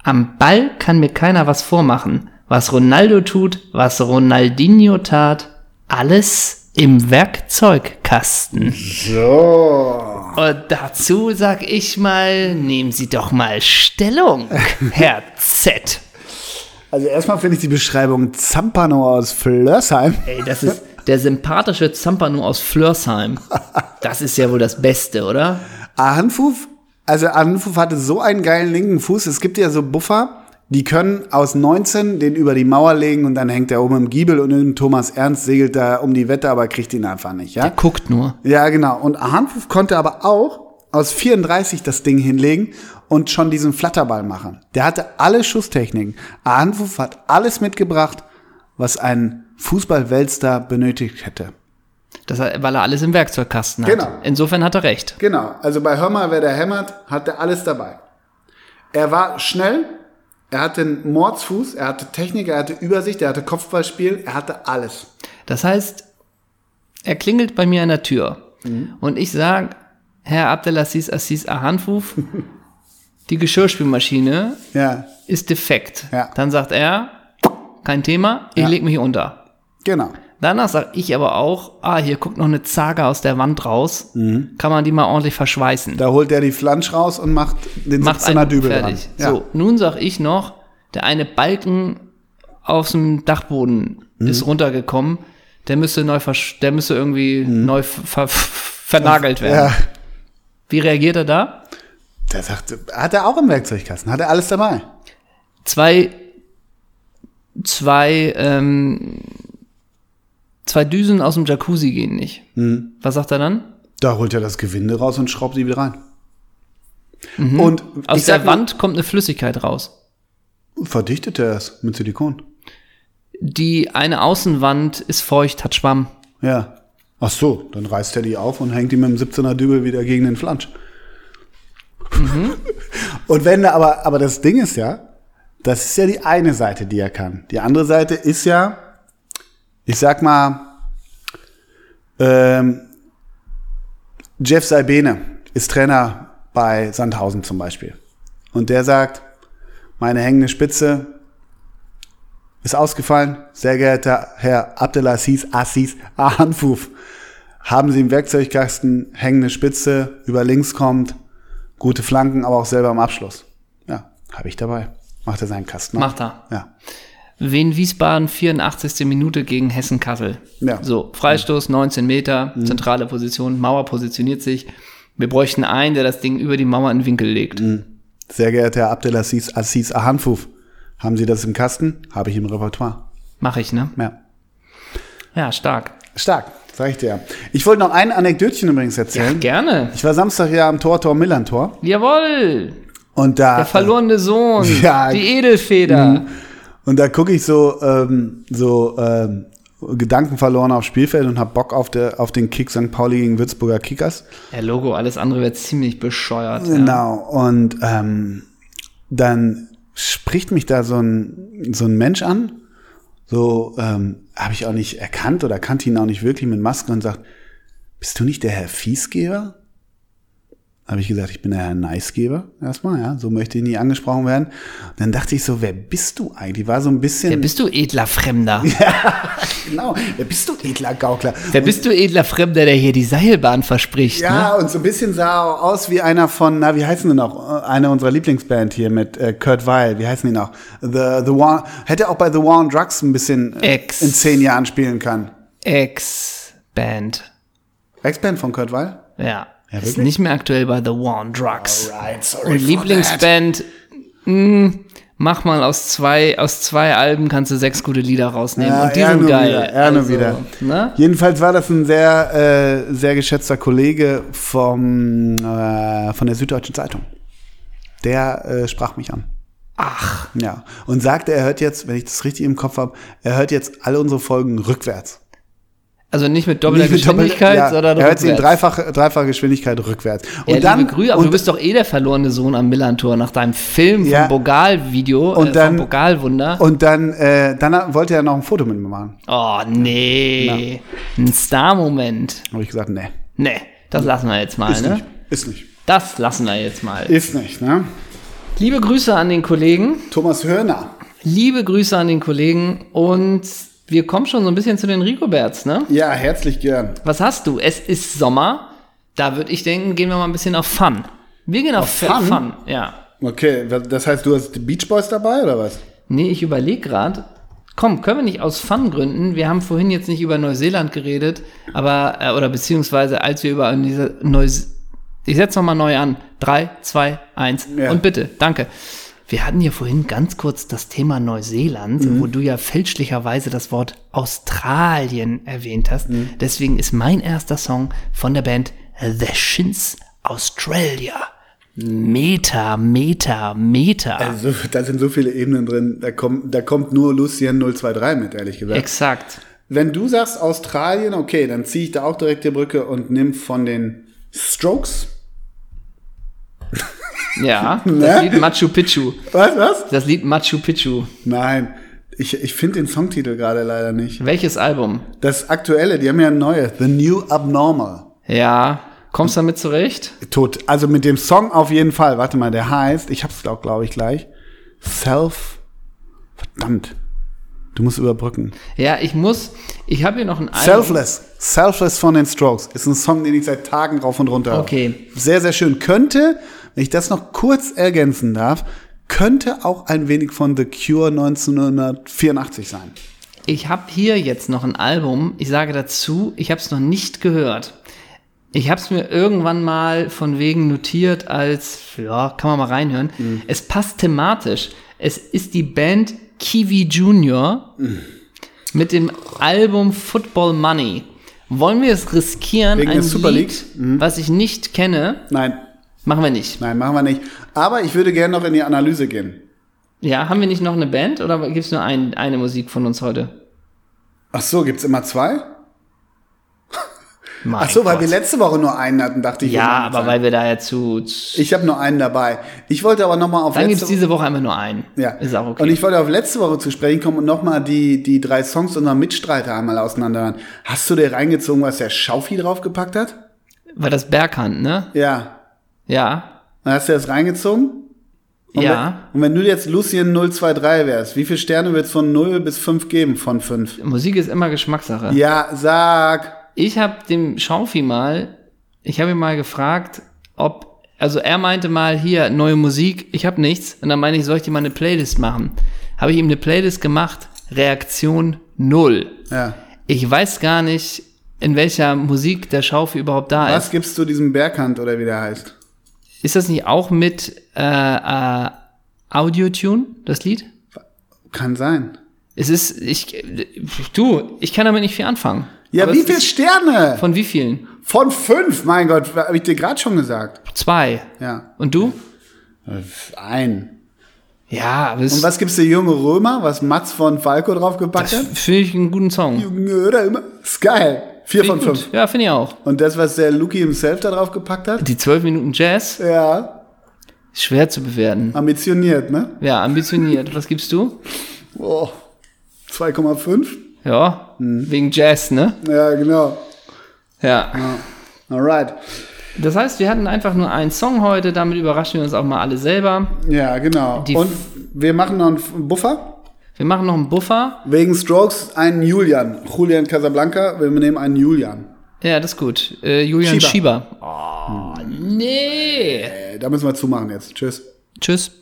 Am Ball kann mir keiner was vormachen. Was Ronaldo tut, was Ronaldinho tat, alles im Werkzeugkasten.
So.
Und dazu sag ich mal, nehmen Sie doch mal Stellung, Herr Z.
Also erstmal finde ich die Beschreibung Zampano aus Flörsheim.
Ey, das ist der sympathische Zampano aus Flörsheim. Das ist ja wohl das Beste, oder?
Ahanfuf, Ah, also Ahanfuf hatte so einen geilen linken Fuß. Es gibt ja so Buffer, die können aus 19 den über die Mauer legen und dann hängt er oben im Giebel und in Thomas Ernst segelt da um die Wette, aber kriegt ihn einfach nicht, ja?
Guckt nur.
Ja, genau. Und Ahanfuf konnte aber auch aus 34 das Ding hinlegen und schon diesen Flatterball machen. Der hatte alle Schusstechniken. Ahanfuf hat alles mitgebracht, was ein Fußballweltstar benötigt hätte.
Das, hat- weil er alles im Werkzeugkasten hat.
Genau.
Insofern hat er recht.
Genau, also bei Hör mal, wer da hämmert, hat er alles dabei. Er war schnell, er hatte einen Mordsfuß, er hatte Technik, er hatte Übersicht, er hatte Kopfballspiel, er hatte alles.
Das heißt, er klingelt bei mir an der Tür.
Mhm.
Und ich sag, Herr Abdelaziz Assis Ahanfuf, die Geschirrspülmaschine
Ja,
ist defekt.
Ja.
Dann sagt er, kein Thema, ich
Ja.
leg mich unter.
genau.
Danach sag ich aber auch, ah, hier guckt noch eine Zaga aus der Wand raus.
Mhm.
Kann man die mal ordentlich verschweißen.
Da holt er die Flansch raus und macht den
Macht
17er
einen
Dübel
fertig.
dran. Ja.
So, nun sag ich noch, der eine Balken auf dem Dachboden
Mhm.
ist runtergekommen. Der müsste neu, versch- der müsste irgendwie neu ver ver vernagelt werden.
Mhm. Ja,
Wie reagiert er da?
da sagt, hat er auch im Werkzeugkasten, hat er alles dabei.
Zwei, zwei, ähm, zwei Düsen aus dem Jacuzzi gehen nicht.
Mhm.
Was sagt er dann?
Da holt er das Gewinde raus und schraubt die wieder rein. Und
Mhm. Aus
ich
der
sag,
Wand kommt eine Flüssigkeit raus.
verdichtet er es mit Silikon.
Die eine Außenwand ist feucht, hat Schwamm.
Ja. Ach so, dann reißt er die auf und hängt die mit dem 17er Dübel wieder gegen den Flansch. und wenn er aber, aber das Ding ist ja, das ist ja die eine Seite, die er kann. Die andere Seite ist ja, ich sag mal, ähm, Jeff Salbene ist Trainer bei Sandhausen zum Beispiel. Und der sagt, meine hängende Spitze ist ausgefallen. Sehr geehrter Herr Abdelaziz Assis Ahanfuf, haben Sie im Werkzeugkasten hängende Spitze, über links kommt, gute Flanken, aber auch selber am Abschluss. Ja, habe ich dabei. Macht er seinen Kasten auf.
Macht er.
Ja.
Wien Wiesbaden 84. Minute gegen Hessen Kassel.
Ja.
So, Freistoß 19 Meter, zentrale Position, Mauer positioniert sich. Wir bräuchten einen, der das Ding über die Mauer in den Winkel legt.
Sehr geehrter Herr Abdelaziz Assis Ahanfuf, Haben Sie das im Kasten? Habe ich im Repertoire.
Mache ich, ne?
Ja.
Ja, stark.
Stark, sag ich dir. Ich wollte noch ein Anekdötchen übrigens
Ja,
erzählen.
gerne.
ich war Samstag ja am Tortor Millantor
Jawohl.
und da
Der verlorene Sohn.
Ja.
Die Edelfeder.
äh, und da gucke ich so ähm, so ähm, Gedanken verloren aufs Spielfeld und hab Bock auf der auf den Kick St. Pauli gegen Würzburger Kickers.
Der Logo, alles andere wäre ziemlich bescheuert. ja.
Genau und ähm, dann spricht mich da so ein so ein Mensch an. So ähm, habe ich auch nicht erkannt oder kannte ihn auch nicht wirklich mit Maske und sagt, bist du nicht der Herr Fiesgeber? Habe ich gesagt, ich bin der Herr Nicegeber erstmal, ja, so möchte ich nie angesprochen werden. Und dann dachte ich so, wer bist du eigentlich? War so ein bisschen
Wer bist du, edler Fremder?
Genau, wer bist du, edler Gaukler?
Wer bist du, edler Fremder, der hier die Seilbahn verspricht? Ne?
Ja, und so ein bisschen sah er aus wie einer von, na, wie heißen die noch? Äh, Eine unserer Lieblingsband hier mit äh, Kurt Weil, wie heißen die noch? The, the War, hätte auch bei The War on Drugs ein bisschen äh,
Ex.
in zehn Jahren spielen können.
Ex-Band.
Ex-Band von Kurt Weil?
Ja. ist
wirklich?
nicht mehr aktuell bei The War on Drugs.
Right, sorry.
Und
for that.
Lieblingsband, mh, mach mal aus zwei, aus zwei Alben kannst du sechs gute Lieder rausnehmen.
Ja,
und die
er
sind
nur
geil.
wieder, er nur wieder.
Ne?
Jedenfalls war das ein sehr, äh, sehr geschätzter Kollege vom, äh, von der Süddeutschen Zeitung. Der äh, sprach mich an.
Ach,
Ja. Und sagte, er hört jetzt, wenn ich das richtig im Kopf habe, er hört jetzt alle unsere Folgen rückwärts.
also nicht mit doppelter
Nicht mit doppel-
Geschwindigkeit,
ja,
sondern
er hört sie in
rückwärts.
dreifache, dreifache Geschwindigkeit rückwärts.
ja,
Und dann,
liebe Grüße, aber
und,
du bist doch eh der verlorene Sohn am Millantor nach deinem Film
Ja.
vom Bogal-Video, äh,
Und dann-
vom Bogal-Wunder.
und dann, äh, dann wollte er noch ein Foto mit mir machen.
Oh, nee. Ein Star-Moment.
Habe ich gesagt, nee,
Nee, das lassen wir jetzt mal,
ist
ne?
nicht, ist nicht,
Das lassen wir jetzt mal.
ist nicht. Ne?
Liebe Grüße an den Kollegen.
Thomas Hörner.
Liebe Grüße an den Kollegen. Und wir kommen schon so ein bisschen zu den Ricoberts, ne?
Ja, herzlich gern.
Was hast du? Es ist Sommer. Da würde ich denken, gehen wir mal ein bisschen auf Fun. Wir gehen auf,
Fun?
Fun? Fun. Ja.
Okay, wa- das heißt, du hast die Beach Boys dabei oder was?
Nee, ich überlege gerade. Komm, können wir nicht aus Fun gründen? Wir haben vorhin jetzt nicht über Neuseeland geredet, aber, äh, oder beziehungsweise als wir über diese Neus Ich setze nochmal neu an. Drei, zwei, eins.
Ja.
Und bitte, danke. Wir hatten hier vorhin ganz kurz das Thema Neuseeland,
Mhm.
wo du ja fälschlicherweise das Wort Australien erwähnt hast.
Mhm.
Deswegen ist mein erster Song von der Band The Shins Australia. Meta, Meta, Meta.
Also, da sind so viele Ebenen drin, da, kommt da kommt nur Lucien 023 mit, ehrlich gesagt.
Exakt.
Wenn du sagst Australien, okay, dann ziehe ich da auch direkt die Brücke und nimm von den Strokes.
Ja,
Ne?
das Lied Machu Picchu.
Was, was?
Das Lied Machu Picchu.
Nein, ich, ich finde den Songtitel gerade leider nicht.
Welches Album?
Das aktuelle, die haben ja ein neues, The New Abnormal.
Ja, kommst du damit zurecht?
Tot. Also mit dem Song auf jeden Fall. Warte mal, der heißt, ich hab's auch, glaube ich, gleich. Self. Verdammt. Du musst überbrücken.
Ja, ich muss, ich habe hier noch ein Album.
Selfless. Selfless von den Strokes. Ist ein Song, den ich seit Tagen rauf und runter höre.
Okay.
Sehr, sehr schön. Könnte, wenn ich das noch kurz ergänzen darf, könnte auch ein wenig von The Cure 1984 sein.
Ich habe hier jetzt noch ein Album. Ich sage dazu, ich habe es noch nicht gehört. Ich habe es mir irgendwann mal von wegen notiert als, ja, kann man mal reinhören.
Mhm.
Es passt thematisch. Es ist die Band Kiwi Junior
Mhm.
mit dem Album Football Money. Wollen wir es riskieren,
Wegen
ein
der Super Mhm. League?
Lied, was ich nicht kenne,
Nein,
machen wir nicht.
Nein, machen wir nicht. Aber ich würde gerne noch in die Analyse gehen.
Ja, haben wir nicht noch eine Band oder gibt's nur ein, eine Musik von uns heute?
Ach so, gibt's immer zwei?
Mein
Ach so, weil
Gott.
wir letzte Woche nur einen hatten, dachte ich. wir
Ja,
machen
aber
zwei.
weil wir da ja zu,
ich habe nur einen dabei. Ich wollte aber noch mal auf
Dann gibt
letzte
es diese Woche einmal nur einen.
ja.
Ist auch okay.
Und ich wollte auf letzte Woche zu sprechen kommen und noch mal die die drei Songs unserer Mitstreiter einmal auseinanderhören. Hast du dir reingezogen, was der Schaufi draufgepackt hat?
War das Berghand, ne?
Ja.
Ja.
Dann hast du das reingezogen? Und
ja.
Wenn, und wenn du jetzt Lucien 023 wärst, wie viele Sterne wird's von 0 bis 5 geben von 5?
Musik ist immer Geschmackssache.
Ja, sag.
Ich habe dem Schaufi mal, ich habe ihn mal gefragt, ob, also er meinte mal hier neue Musik, ich habe nichts. Und dann meine ich, soll ich dir mal eine Playlist machen? Habe ich ihm eine Playlist gemacht, Reaktion null.
Ja.
Ich weiß gar nicht, in welcher Musik der Schaufi überhaupt da
Was
ist.
gibst du diesem Berghand oder wie der heißt?
Ist das nicht auch mit äh, äh, Audio-Tune, das Lied?
Kann sein.
Es ist, ich, du, ich kann damit nicht viel anfangen.
Ja,
Aber
wie
es
viele
ist-
Sterne?
Von wie vielen?
Von fünf, mein Gott, habe ich dir gerade schon gesagt.
Zwei.
Ja.
Und du?
Ein.
Ja, aber es
Und was gibt's der junge Römer, was Mats von Falco draufgepackt hat?
finde ich einen guten Song.
Junge Römer, immer. Ist geil. Vier
Find
von
ich gut.
fünf.
Ja, finde ich auch.
Und das, was der Luki himself da draufgepackt hat?
Die zwölf Minuten Jazz,
Ja.
schwer zu bewerten.
Ambitioniert, ne?
Ja, ambitioniert. Was gibst du?
Oh. 2,5?
Ja,
Hm.
wegen Jazz, ne?
Ja, genau.
Ja.
Alright.
Das heißt, wir hatten einfach nur einen Song heute, damit überraschen wir uns auch mal alle selber.
Ja, genau.
Die-
Und wir machen noch einen Buffer.
Wir machen noch einen Buffer.
Wegen Strokes einen Julian. Julian Casablanca, wir nehmen einen Julian.
Ja, das ist gut. Äh, Julian
Schieber. Ah,
Schieber. Oh, nee.
Äh, da müssen wir zumachen jetzt. Tschüss.
Tschüss.